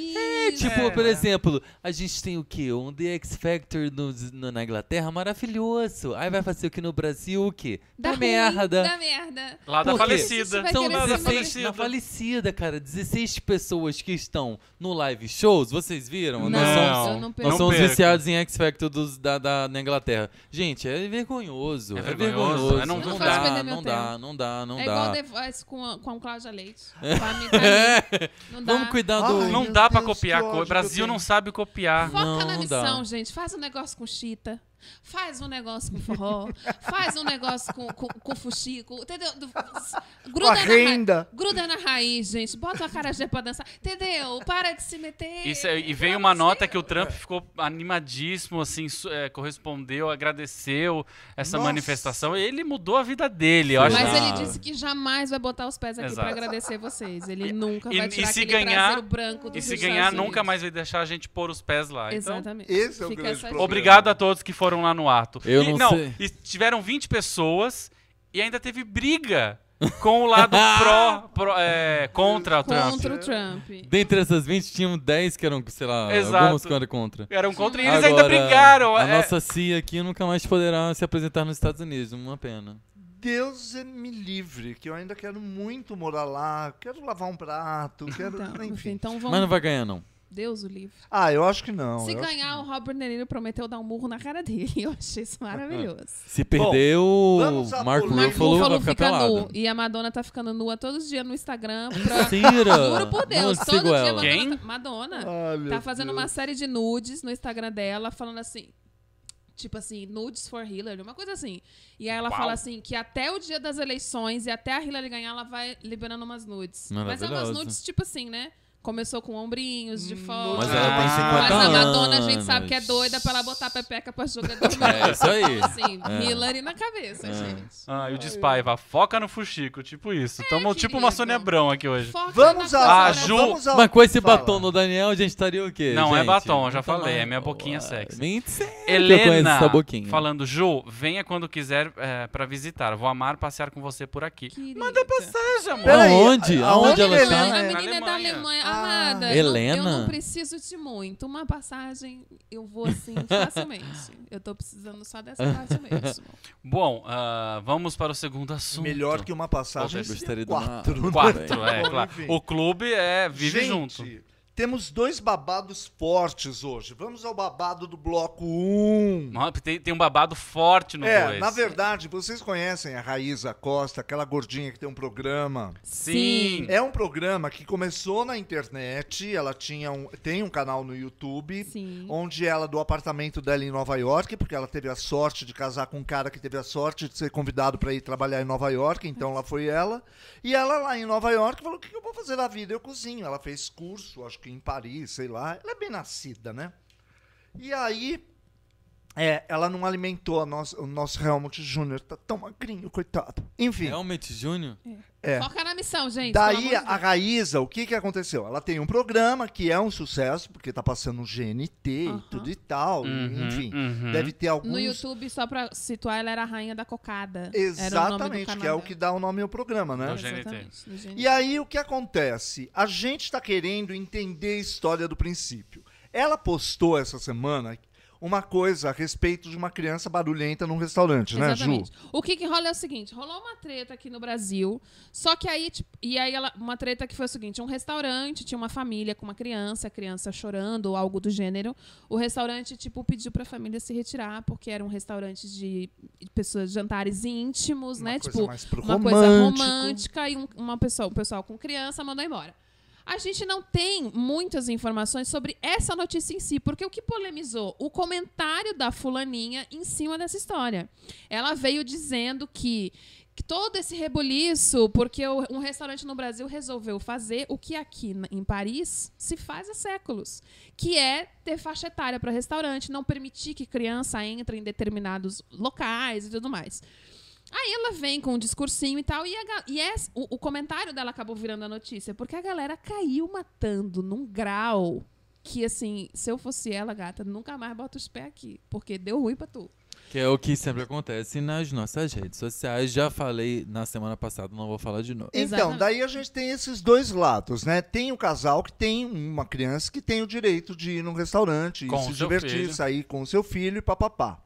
Speaker 4: Isso.
Speaker 6: tipo, por exemplo, a gente tem o quê? Um The X Factor nos- no- na Inglaterra maravilhoso. Aí vai fazer o que no Brasil, o quê?
Speaker 4: Dá
Speaker 6: Da
Speaker 4: ruim,
Speaker 6: merda.
Speaker 4: Dá merda.
Speaker 3: Lá da
Speaker 6: Por quê?
Speaker 3: falecida.
Speaker 4: Vai
Speaker 6: São
Speaker 4: querer
Speaker 3: Lá
Speaker 4: ser
Speaker 3: da
Speaker 6: 16, na
Speaker 3: falecida.
Speaker 6: falecida, cara, 16 pessoas que estão no live shows, vocês viram? Nós
Speaker 3: Não.
Speaker 6: somos,
Speaker 4: eu não
Speaker 3: Nós
Speaker 4: perco.
Speaker 6: nós somos
Speaker 3: perco.
Speaker 6: viciados em X Factor dos- da, da- na Inglaterra. Gente, é vergonhoso.
Speaker 3: É
Speaker 6: É
Speaker 3: vergonhoso,
Speaker 6: vergonhoso.
Speaker 3: é,
Speaker 6: Não,
Speaker 3: não-
Speaker 4: Não faz
Speaker 6: dá,
Speaker 4: perder meu
Speaker 6: não dá, não dá, não
Speaker 4: é igual
Speaker 6: *laughs* dá.
Speaker 4: The Voice com a, com a Cláudia Leite. Pra mim,
Speaker 6: *laughs*
Speaker 4: pra mim, Não dá.
Speaker 6: Vamos cuidar do.
Speaker 5: Ai,
Speaker 3: Não
Speaker 5: Meu
Speaker 3: dá pra
Speaker 5: Deus,
Speaker 3: copiar
Speaker 5: que ódio
Speaker 3: coisa.
Speaker 5: que
Speaker 3: Brasil
Speaker 5: eu
Speaker 3: não
Speaker 5: tenho.
Speaker 3: sabe copiar.
Speaker 4: Foca
Speaker 6: Não,
Speaker 4: na
Speaker 6: não dá.
Speaker 4: missão, gente. Faz um negócio com chita. Faz um negócio com forró. faz um negócio com, com, com fuxico. Entendeu? Do-
Speaker 5: Com a
Speaker 4: Gruda na, ra-
Speaker 5: renda.
Speaker 4: gruda na raiz, gente. Bota a cara de pra dançar. Entendeu? Para de se meter.
Speaker 3: Isso é- e veio uma nota que o Trump ficou animadíssimo, assim, su- é, correspondeu, agradeceu essa
Speaker 5: Nossa.
Speaker 3: manifestação. Ele mudou a vida dele, eu acho.
Speaker 4: Mas
Speaker 6: Exato.
Speaker 4: ele disse que jamais vai botar os pés aqui
Speaker 3: Exato.
Speaker 4: pra agradecer vocês. Ele nunca
Speaker 3: E-
Speaker 4: vai
Speaker 3: e
Speaker 4: tirar
Speaker 3: se
Speaker 4: aquele
Speaker 3: ganhar-
Speaker 4: traseiro branco dos
Speaker 3: E se
Speaker 4: Estados
Speaker 3: ganhar,
Speaker 4: Unidos.
Speaker 3: nunca mais vai deixar a gente pôr os pés lá. Então,
Speaker 4: Exatamente.
Speaker 5: Esse é o
Speaker 4: Fica
Speaker 5: grande
Speaker 4: essa
Speaker 5: problema.
Speaker 3: obrigado a todos que foram lá no ato.
Speaker 6: Eu
Speaker 3: e,
Speaker 6: não sei.
Speaker 3: e tiveram 20 pessoas e ainda teve briga com
Speaker 6: *laughs*
Speaker 3: o lado pró, pró- é, contra o Trump.
Speaker 4: Contra o Trump.
Speaker 6: Dentre essas 20, tinham 10 que eram, sei lá,
Speaker 3: Exato.
Speaker 6: algumas que eram contra.
Speaker 3: Eram contra e eles ainda
Speaker 6: Agora,
Speaker 3: brigaram.
Speaker 6: A
Speaker 3: é-
Speaker 6: nossa CIA aqui nunca mais poderá se apresentar nos Estados Unidos, uma pena.
Speaker 5: Deus é me livre, que eu ainda quero muito morar lá, quero lavar um prato, quero.
Speaker 4: Então, enfim,
Speaker 5: enfim.
Speaker 4: então
Speaker 6: Mas
Speaker 4: vamos.
Speaker 6: não vai ganhar, não.
Speaker 4: Deus o livre.
Speaker 5: Ah, eu acho que não.
Speaker 4: Se
Speaker 5: eu acho que
Speaker 4: ganhar, o Robert De Niro prometeu dar um murro na cara dele. *laughs* Eu achei isso maravilhoso.
Speaker 6: Se perder o
Speaker 5: vamos à
Speaker 6: Mark
Speaker 5: polêmica.
Speaker 6: Ruffalo, vai ficar
Speaker 4: nu.
Speaker 6: pelado.
Speaker 4: E a Madonna tá ficando nua todos os dias no Instagram.
Speaker 6: *laughs*
Speaker 4: Pra... *laughs*
Speaker 6: Mentira!
Speaker 4: Juro Tá por Deus,
Speaker 6: não
Speaker 4: todo
Speaker 6: sigo
Speaker 4: dia
Speaker 6: ela.
Speaker 4: Madonna,
Speaker 3: Quem?
Speaker 4: tá- Madonna
Speaker 5: Ah, meu
Speaker 4: tá fazendo
Speaker 5: Deus.
Speaker 4: uma série de nudes no Instagram dela, falando assim. Tipo assim, nudes for Hillary, uma coisa assim. E aí ela
Speaker 3: Uau.
Speaker 4: fala assim que até o dia das eleições e até a Hillary ganhar, ela vai liberando umas nudes. Mas é umas
Speaker 6: Maravilhosa. Hum.
Speaker 4: nudes tipo assim, né? Começou com ombrinhos de fora.
Speaker 6: Mas
Speaker 3: Ah,
Speaker 6: ela tem 50
Speaker 4: Mas a
Speaker 6: anos.
Speaker 4: Madonna a gente sabe que é doida pra ela botar a pepeca pra jogador.
Speaker 6: É, isso aí.
Speaker 4: Assim,
Speaker 6: É.
Speaker 4: Hillary na cabeça,
Speaker 6: É.
Speaker 4: gente.
Speaker 3: Ah, e o Dispaiva, foca no Fuxico, tipo
Speaker 4: É,
Speaker 3: isso. Tamo tipo uma
Speaker 4: querido.
Speaker 3: Sônia Brão aqui hoje.
Speaker 4: Foca
Speaker 5: Vamos
Speaker 4: na
Speaker 5: a.
Speaker 3: Ah,
Speaker 4: coisa
Speaker 3: Ju,
Speaker 5: vamos ao-
Speaker 6: Mas com esse
Speaker 5: Fala.
Speaker 6: batom no Daniel, a gente estaria o quê?
Speaker 3: Não é
Speaker 6: gente?
Speaker 3: batom, eu já
Speaker 6: Não tá
Speaker 3: falei,
Speaker 6: mais-
Speaker 3: é minha boquinha
Speaker 6: Ué,
Speaker 3: sexy.
Speaker 6: Mentira É, que eu conheço
Speaker 3: Helena,
Speaker 6: essa boquinha.
Speaker 3: falando, Ju, venha quando quiser é, pra visitar. Vou amar passear com você por aqui.
Speaker 4: Manda passar.
Speaker 3: Seja, amor.
Speaker 5: Peraí,
Speaker 6: Aonde?
Speaker 5: a-
Speaker 6: Aonde ela
Speaker 5: Helena Ah.
Speaker 6: tá?
Speaker 4: Helena, a menina é da
Speaker 3: Alemanha.
Speaker 4: Alemanha. Amada,
Speaker 6: Helena?
Speaker 4: Eu não preciso de muito. Uma passagem eu vou
Speaker 6: *laughs*
Speaker 4: assim facilmente. Eu tô precisando só dessa parte mesmo.
Speaker 3: Bom, ah, vamos para o segundo assunto.
Speaker 5: Melhor que uma passagem.
Speaker 6: Eu gostaria
Speaker 5: seria
Speaker 6: de uma-
Speaker 5: quatro, né?
Speaker 3: Quatro, é,
Speaker 5: Bom,
Speaker 3: claro.
Speaker 5: *laughs* enfim.
Speaker 3: O clube é vive
Speaker 5: Gente,
Speaker 3: junto.
Speaker 5: Temos dois babados fortes hoje. Vamos ao babado do bloco 1.
Speaker 3: Não, Tem, tem um babado forte no
Speaker 5: É,
Speaker 3: dois.
Speaker 5: na verdade, vocês conhecem a Raíza Costa, aquela gordinha que tem um programa.
Speaker 3: Sim.
Speaker 5: É um programa que começou na internet, ela tinha um, tem um canal no YouTube,
Speaker 4: Sim.
Speaker 5: onde ela, do apartamento dela em Nova York, porque ela teve a sorte de casar com um cara que teve a sorte de ser convidado para ir trabalhar em Nova York, então lá foi ela. E ela lá em Nova York falou: o que que eu vou fazer da vida? Eu cozinho. Ela fez curso, acho que em Paris, sei lá. Ela é bem nascida, né? E aí. É, ela não alimentou a nossa- o nosso Helmut Júnior. Tá tão magrinho, coitado. Enfim.
Speaker 6: Realmente, Júnior?
Speaker 5: É.
Speaker 4: Foca na missão, gente.
Speaker 5: Daí
Speaker 4: pelo amor de
Speaker 5: a Raíza, o que que aconteceu? Ela tem um programa que é um sucesso, porque tá passando no GNT
Speaker 4: Aham.
Speaker 5: e tudo e tal,
Speaker 3: Uhum,
Speaker 5: enfim.
Speaker 3: uhum.
Speaker 5: Deve ter
Speaker 4: Deus.
Speaker 5: alguns...
Speaker 4: No YouTube, só pra situar, ela era a rainha da cocada. era o nome do
Speaker 5: Exatamente,
Speaker 4: canal
Speaker 5: que é o
Speaker 4: dela.
Speaker 5: que dá o nome ao programa, né?
Speaker 3: Então, gente- GNT.
Speaker 4: Exatamente, no GNT.
Speaker 5: E aí o que acontece? A gente tá querendo entender a história do princípio. Ela postou essa semana uma coisa a respeito de uma criança barulhenta num restaurante, né,
Speaker 4: Exatamente.
Speaker 5: Ju?
Speaker 4: O que, que rola é o seguinte: rolou uma treta aqui no Brasil, só que aí, tipo, e aí ela- uma treta que foi o seguinte: um restaurante tinha uma família com uma criança, a criança chorando ou algo do gênero. O restaurante, tipo, pediu pra família se retirar, porque era um restaurante de pessoas, jantares íntimos,
Speaker 5: Uma
Speaker 4: né?
Speaker 5: coisa
Speaker 4: tipo,
Speaker 5: mais pro
Speaker 4: uma coisa
Speaker 5: romântico.
Speaker 4: romântica e um, uma pessoa, um pessoal com criança mandou embora. A gente não tem muitas informações sobre essa notícia em si, porque o que polemizou? O comentário da fulaninha em cima dessa história. Ela veio dizendo que, que todo esse rebuliço, porque o- um restaurante no Brasil resolveu fazer o que aqui na- em Paris se faz há séculos, que é ter faixa etária para restaurante, não permitir que criança entre em determinados locais e tudo mais. Aí ela vem com um discursinho e tal, e, a ga- e es- o, o comentário dela acabou virando a notícia, porque a galera caiu matando num grau que, assim, se eu fosse ela, gata, nunca mais bota os pés aqui, porque deu ruim pra tu.
Speaker 6: Que é o que sempre acontece nas nossas redes sociais. Já falei na semana passada, não vou falar de novo.
Speaker 5: Então,
Speaker 4: Exatamente.
Speaker 5: daí a gente tem esses dois lados, né? Tem o casal que tem uma criança que tem o direito de ir num restaurante
Speaker 3: Com
Speaker 5: e se
Speaker 3: o seu
Speaker 5: divertir,
Speaker 3: filho.
Speaker 5: sair com o seu filho e papapá.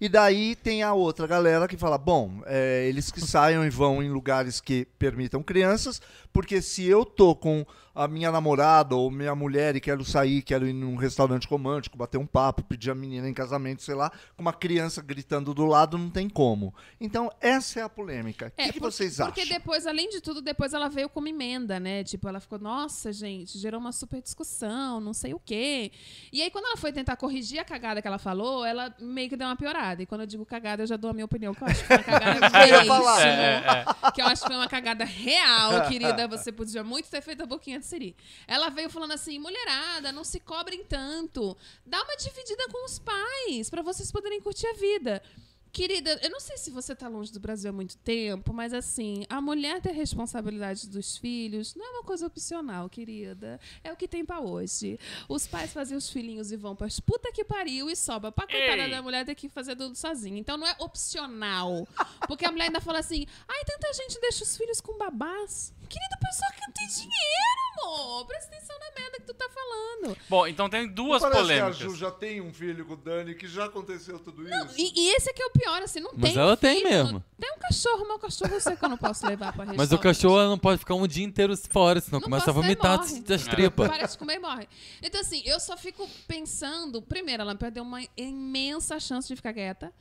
Speaker 5: E daí tem a outra galera que fala: bom, é, eles que saiam e vão em lugares que permitam crianças, porque se eu tô com a minha namorada ou minha mulher e quero sair, quero ir num restaurante romântico, bater um papo, pedir a menina em casamento, sei lá, com uma criança gritando do lado, não tem como. Então, essa é a polêmica. O que, que
Speaker 4: por-
Speaker 5: vocês acham?
Speaker 4: Porque depois, além de tudo, depois ela veio com uma emenda, né? Tipo, ela ficou, nossa, gente, gerou uma super discussão, não sei o quê. E aí, quando ela foi tentar corrigir a cagada que ela falou, ela meio que deu uma piorada. E quando eu digo cagada, eu já dou a minha opinião, que eu acho que foi uma cagada
Speaker 5: *laughs*
Speaker 4: né?
Speaker 5: Eu ia
Speaker 4: mesmo.
Speaker 5: falar.
Speaker 3: É,
Speaker 4: Que eu acho que foi uma cagada real, querida. Você podia muito ter feito a boquinha de siri. Ela veio falando assim, mulherada, não se cobrem tanto. Dá uma dividida com os pais, pra vocês poderem curtir a vida. Querida, eu não sei se você tá longe do Brasil há muito tempo, mas assim, a mulher ter responsabilidade dos filhos não é uma coisa opcional, querida. É o que tem pra hoje. Os pais fazem os filhinhos e vão pras puta que pariu e sobra pra coitada
Speaker 3: Ei.
Speaker 4: da mulher ter que fazer tudo sozinha. Então não é opcional. Porque a mulher ainda fala assim: ai, tanta gente deixa os filhos com babás. Querida, o pessoal que não tem dinheiro, amor. Presta atenção na merda que tu tá falando.
Speaker 3: Bom, então tem duas
Speaker 5: Parece
Speaker 3: polêmicas.
Speaker 5: que a Ju já tem um filho com o Dani, que já aconteceu tudo isso.
Speaker 4: E, e esse aqui é o pior, assim, não
Speaker 6: Mas
Speaker 4: tem.
Speaker 6: ela tem
Speaker 4: filho,
Speaker 6: mesmo.
Speaker 4: não- Tem um cachorro, mas o cachorro eu sei que eu não posso levar pra restaurante.
Speaker 6: Mas o cachorro ela não pode ficar um dia inteiro fora, senão
Speaker 4: Não
Speaker 6: começa a
Speaker 4: posso, ele
Speaker 6: vomitar assim,
Speaker 4: morre.
Speaker 6: das tripas.
Speaker 4: Para de comer e morre. Então, assim, eu só fico pensando. Primeiro, ela perdeu uma imensa chance de ficar quieta.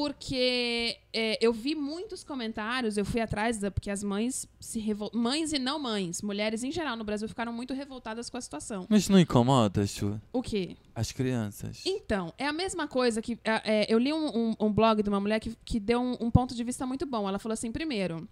Speaker 4: Porque é, eu vi muitos comentários, eu fui atrás, da, porque as mães se revol... Mães e não mães, mulheres em geral no Brasil ficaram muito revoltadas com a situação.
Speaker 6: Mas não incomoda, Chu?
Speaker 4: O quê?
Speaker 6: As crianças.
Speaker 4: Então, é a mesma coisa que. é, é, eu li um, um- um blog de uma mulher que, que deu um, um ponto de vista muito bom. Ela falou assim: primeiro,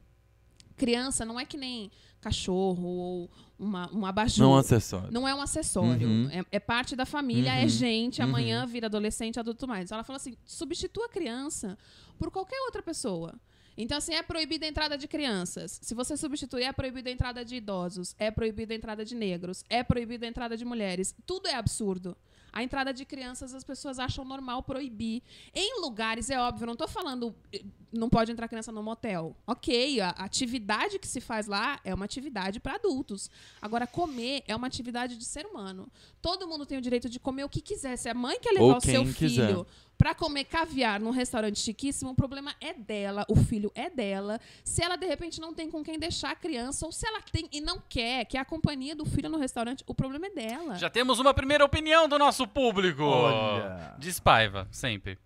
Speaker 4: criança não é que nem cachorro ou uma, um abajur.
Speaker 6: Não acessório.
Speaker 4: Não é um acessório.
Speaker 6: Uhum.
Speaker 4: É, é parte da família, é
Speaker 6: Uhum.
Speaker 4: gente. Amanhã vira adolescente, adulto mais. Ela falou assim: substitua a criança por qualquer outra pessoa. Então, assim, é proibida a entrada de crianças. Se você substituir, é proibida a entrada de idosos. É proibida a entrada de negros. É proibida a entrada de mulheres. Tudo é absurdo. A entrada de crianças as pessoas acham normal proibir. Em lugares, é óbvio, eu não tô falando eh, não pode entrar criança no motel. Ok, a atividade que se faz lá é uma atividade para adultos. Agora, comer é uma atividade de ser humano. Todo mundo tem o direito de comer o que quiser. Se a mãe quer levar
Speaker 6: Ou
Speaker 4: o seu
Speaker 6: quem
Speaker 4: filho
Speaker 6: quiser.
Speaker 4: pra comer caviar num restaurante chiquíssimo, o problema é dela, o filho é dela. Se ela de repente não tem com quem deixar a criança, ou se ela tem e não quer, que é a companhia do filho no restaurante, o problema é dela.
Speaker 3: Já temos uma primeira opinião do nosso público.
Speaker 5: Olha.
Speaker 3: Diz Paiva, sempre.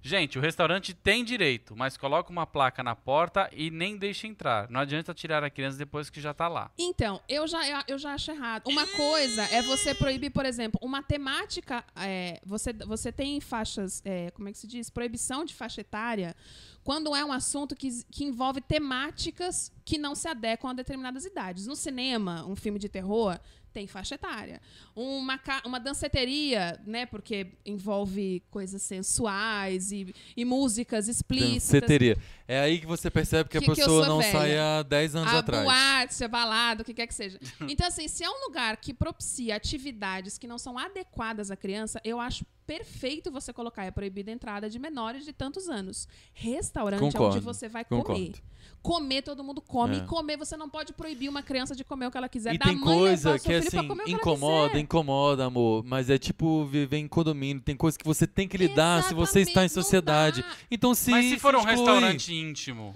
Speaker 3: Gente, o restaurante tem direito, mas coloca uma placa na porta e nem deixa entrar. Não adianta tirar a criança depois que já tá lá.
Speaker 4: Então, eu já, eu já acho errado. Uma coisa é você proibir, por exemplo, uma temática. é, você, você tem faixas. é, como é que se diz? Proibição de faixa etária quando é um assunto que, que envolve temáticas que não se adequam a determinadas idades. No cinema, um filme de terror tem faixa etária. Uma, ca- uma danceteria, né? Porque envolve coisas sensuais e, e músicas explícitas.
Speaker 6: Danceteria. É aí que você percebe que,
Speaker 4: Que-
Speaker 6: a
Speaker 4: que eu
Speaker 6: pessoa
Speaker 4: sou
Speaker 6: não
Speaker 4: velha.
Speaker 6: sai há 10 anos
Speaker 4: a
Speaker 6: atrás.
Speaker 4: boate, a balada, o que quer que seja. *laughs* Então, assim, se é um lugar que propicia atividades que não são adequadas à criança, eu acho perfeito você colocar é proibida a entrada de menores de tantos anos. Restaurante é
Speaker 6: Concordo,
Speaker 4: onde você vai comer.
Speaker 6: Concordo.
Speaker 4: Comer, todo mundo come.
Speaker 6: É.
Speaker 4: E comer, você não pode proibir uma criança de comer o que ela quiser.
Speaker 6: E
Speaker 4: Da
Speaker 6: tem
Speaker 4: mãe levar
Speaker 6: coisa
Speaker 4: o seu
Speaker 6: que
Speaker 4: filho pra
Speaker 6: assim,
Speaker 4: comer o que ela
Speaker 6: incomoda,
Speaker 4: quiser.
Speaker 6: incomoda, amor. Mas é tipo viver em condomínio. Tem coisa que você tem que lidar se você está em
Speaker 4: Exatamente, não
Speaker 6: sociedade.
Speaker 4: dá.
Speaker 6: Então se.
Speaker 3: Mas se for um
Speaker 6: exclui.
Speaker 3: restaurante íntimo.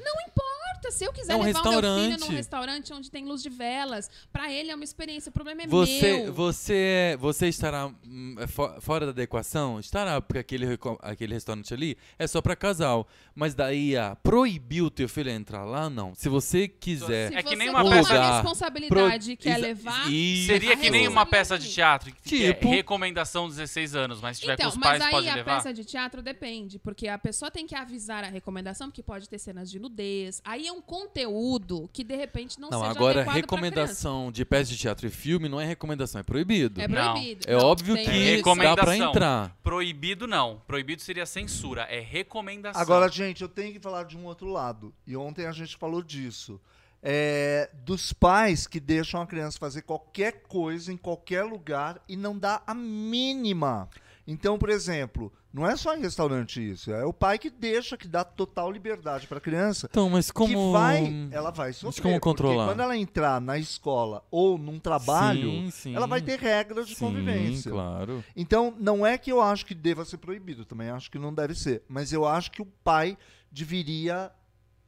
Speaker 4: Puta, Se eu quiser
Speaker 6: É um
Speaker 4: levar o meu filho num
Speaker 6: restaurante.
Speaker 4: restaurante onde tem luz de velas, pra ele é uma experiência. O problema é
Speaker 6: Você,
Speaker 4: meu.
Speaker 6: você, é- você estará hum, é fo- fora da adequação? Estará, porque aquele, reco- aquele restaurante ali é só pra casal. Mas daí, ah, proibiu o teu filho a entrar lá? Não. Se você quiser.
Speaker 4: Se
Speaker 3: É que nem
Speaker 4: você
Speaker 3: uma
Speaker 4: tem
Speaker 3: peça-
Speaker 6: Lugar,
Speaker 4: responsabilidade que é
Speaker 6: Exa-
Speaker 4: levar,
Speaker 6: Isso.
Speaker 3: Seria que nem uma peça de teatro, que
Speaker 6: Tipo-
Speaker 3: é recomendação 16 anos, mas se tiver
Speaker 4: Então,
Speaker 3: com os
Speaker 4: mas
Speaker 3: pais
Speaker 4: aí
Speaker 3: pode
Speaker 4: a
Speaker 3: levar.
Speaker 4: peça de teatro depende, porque a pessoa tem que avisar a recomendação, porque pode ter cenas de nudez. Aí é um conteúdo que de repente não,
Speaker 6: Não,
Speaker 4: seja
Speaker 6: agora é
Speaker 4: adequado pra
Speaker 6: recomendação de peça de teatro e filme não é recomendação, é proibido.
Speaker 4: criança. É
Speaker 6: É,
Speaker 3: Não.
Speaker 4: proibido. Não,
Speaker 6: óbvio
Speaker 4: tem
Speaker 3: É
Speaker 6: que
Speaker 4: isso.
Speaker 6: dá
Speaker 3: recomendação.
Speaker 6: pra entrar.
Speaker 3: Proibido não. Proibido seria censura, é recomendação.
Speaker 5: Agora, gente, eu tenho que falar de um outro lado. E ontem a gente falou disso. É, dos pais que deixam a criança fazer qualquer coisa em qualquer lugar e não dá a mínima. Então, por exemplo, não é só em restaurante isso. É o pai que deixa, que dá total liberdade para a criança.
Speaker 6: Então, mas como.
Speaker 5: Que vai, ela vai sofrer.
Speaker 6: como
Speaker 5: porque
Speaker 6: controlar?
Speaker 5: quando ela entrar na escola ou num trabalho,
Speaker 6: Sim, sim.
Speaker 5: ela vai ter regras de
Speaker 6: Sim,
Speaker 5: convivência.
Speaker 6: claro.
Speaker 5: Então, não é que eu acho que deva ser proibido, também acho que não deve ser. Mas eu acho que o pai deveria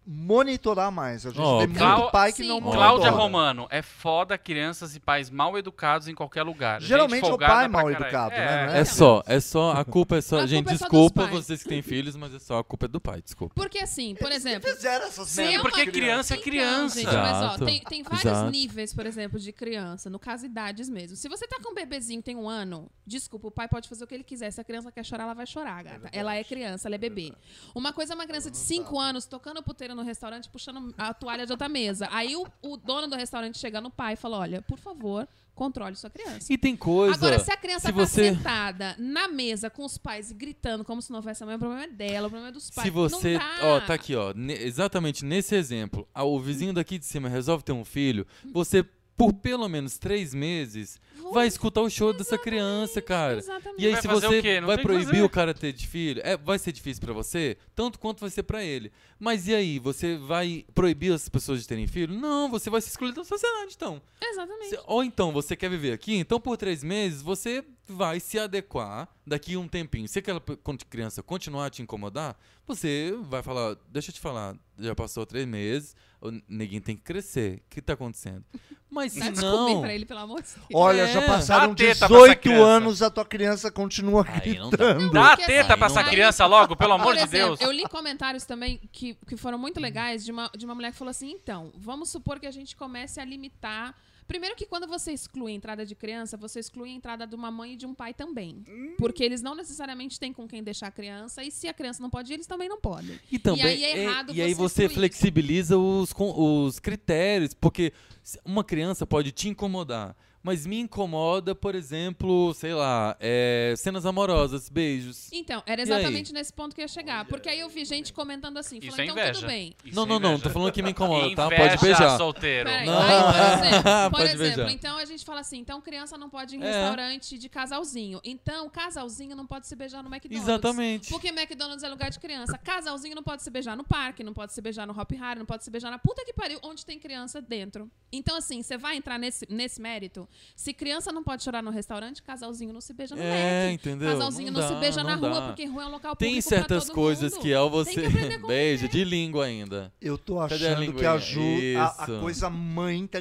Speaker 5: monitorar mais. A gente
Speaker 6: Ó,
Speaker 5: tem muito
Speaker 3: Clau-
Speaker 5: pai que
Speaker 4: Sim.
Speaker 5: não monitora.
Speaker 3: Cláudia Romano, é foda crianças e pais mal educados em qualquer lugar. Gente
Speaker 5: Geralmente é o
Speaker 3: folgada
Speaker 5: pai
Speaker 3: pra
Speaker 5: mal
Speaker 3: caralho.
Speaker 5: educado, né? Não
Speaker 6: É só, é só, a culpa é
Speaker 4: A
Speaker 6: só.
Speaker 4: culpa
Speaker 6: gente,
Speaker 4: é só dos
Speaker 6: desculpa
Speaker 4: pais.
Speaker 6: vocês que têm filhos, mas é só a culpa é do pai, desculpa.
Speaker 4: Porque assim, por exemplo,
Speaker 5: Fizeram essas
Speaker 4: se
Speaker 5: merdas
Speaker 4: é
Speaker 3: porque
Speaker 4: uma-
Speaker 3: criança é
Speaker 4: Então,
Speaker 3: criança.
Speaker 4: gente, mas
Speaker 6: Exato.
Speaker 4: ó, tem, tem vários
Speaker 6: Exato.
Speaker 4: níveis, por exemplo, de criança, no caso, idades mesmo. Se você tá com um bebezinho que tem um ano, desculpa, o pai pode fazer o que ele quiser. Se a criança quer chorar, ela vai chorar, gata. ela é criança, ela é bebê. Uma coisa é uma criança de 5 anos tocando puteira no restaurante, puxando a toalha de outra mesa. Aí o, o dono do restaurante chega no pai e fala: olha, por favor, controle sua criança.
Speaker 6: E tem coisa.
Speaker 4: Agora, se a criança
Speaker 6: se
Speaker 4: tá
Speaker 6: você-
Speaker 4: sentada na mesa com os pais e gritando como se não houvesse amanhã, o problema é dela, o problema é dos pais.
Speaker 6: Se você.
Speaker 4: não dá.
Speaker 6: Ó, tá aqui, ó. ne- exatamente nesse exemplo. ah, o vizinho daqui de cima resolve ter um filho. Você, por pelo menos três meses, vai escutar o show dessa criança, cara.
Speaker 4: Exatamente.
Speaker 6: E aí,
Speaker 3: Vai
Speaker 6: se
Speaker 3: fazer o
Speaker 6: você
Speaker 3: quê? Não
Speaker 6: vai
Speaker 3: tem o que
Speaker 6: proibir
Speaker 3: fazer.
Speaker 6: o cara ter de filho, é, vai ser difícil pra você, tanto quanto vai ser pra ele. Mas e aí, você vai proibir as pessoas de terem filho? Não, você vai se excluir da sociedade, então.
Speaker 4: Exatamente.
Speaker 6: Se- ou então, você quer viver aqui, então por três meses você vai se adequar daqui a um tempinho. Se aquela pe- con- criança continuar a te incomodar, você vai falar, deixa eu te falar, já passou três meses, o neguinho tem que crescer. O que tá acontecendo? Mas
Speaker 4: Dá
Speaker 6: se
Speaker 4: de
Speaker 6: não...
Speaker 4: comer pra ele, pelo amor de Deus.
Speaker 5: Olha,
Speaker 6: É.
Speaker 5: já passaram
Speaker 3: Dá teta pra essa
Speaker 5: 18
Speaker 3: criança.
Speaker 5: anos, a tua criança continua
Speaker 6: Aí não dá.
Speaker 3: Dá a
Speaker 4: Porque,
Speaker 3: teta
Speaker 4: assim,
Speaker 3: pra essa
Speaker 4: aí-
Speaker 3: criança logo, pelo amor
Speaker 4: Por
Speaker 3: de
Speaker 4: exemplo,
Speaker 3: Deus.
Speaker 4: Eu li comentários também que, que foram muito legais de uma, de uma mulher que falou assim: então, vamos supor que a gente comece a limitar. Primeiro que quando você exclui a entrada de criança, você exclui a entrada de uma mãe e de um pai também.
Speaker 6: Hum.
Speaker 4: Porque eles não necessariamente têm com quem deixar a criança, e se a criança não pode ir, eles também não podem.
Speaker 6: E também
Speaker 4: aí é
Speaker 6: é-
Speaker 4: errado
Speaker 6: e aí
Speaker 4: você
Speaker 6: você
Speaker 4: excluir.
Speaker 6: flexibiliza os, con- os critérios, porque se- uma criança pode te incomodar. Mas me incomoda, por exemplo, sei lá, é, cenas amorosas, beijos.
Speaker 4: Então, era
Speaker 6: E aí?
Speaker 4: exatamente nesse ponto que eu ia chegar. Porque aí eu vi gente comentando assim,
Speaker 3: Isso
Speaker 4: falando,
Speaker 3: é
Speaker 4: então
Speaker 3: inveja.
Speaker 4: tudo bem.
Speaker 3: Isso
Speaker 6: não,
Speaker 3: é
Speaker 6: não, não,
Speaker 3: inveja.
Speaker 6: tô falando que me incomoda, tá?
Speaker 3: Inveja,
Speaker 6: Pode beijar.
Speaker 3: solteiro.
Speaker 4: Peraí,
Speaker 6: Não.
Speaker 4: aí, por
Speaker 6: *laughs*
Speaker 4: exemplo, por
Speaker 6: Pode
Speaker 4: exemplo
Speaker 6: beijar.
Speaker 4: então a gente fala assim, então criança não pode ir em
Speaker 6: É.
Speaker 4: restaurante de casalzinho. Então, casalzinho não pode se beijar no McDonald's.
Speaker 6: Exatamente.
Speaker 4: Porque McDonald's é lugar de criança. Casalzinho não pode se beijar no parque, não pode se beijar no Hop Harry, não pode se beijar na puta que pariu, onde tem criança dentro. Então, assim, você vai entrar nesse, nesse mérito? Se criança não pode chorar no restaurante, casalzinho não se beija no
Speaker 6: É,
Speaker 4: Mac.
Speaker 6: entendeu?
Speaker 4: Casalzinho não,
Speaker 6: Não
Speaker 4: se
Speaker 6: dá,
Speaker 4: beija na
Speaker 6: não
Speaker 4: rua,
Speaker 6: dá.
Speaker 4: porque rua é um local
Speaker 6: Tem
Speaker 4: público pra
Speaker 6: certas
Speaker 4: todo
Speaker 6: coisas
Speaker 4: mundo.
Speaker 6: que ao
Speaker 4: Tem
Speaker 6: você.
Speaker 4: que aprender a conviver.
Speaker 6: Beija, de língua ainda.
Speaker 5: Eu tô
Speaker 6: Cadê a
Speaker 5: achando que
Speaker 6: linguinha?
Speaker 5: a Ju, a, a
Speaker 6: Isso.
Speaker 5: coisa mãe tá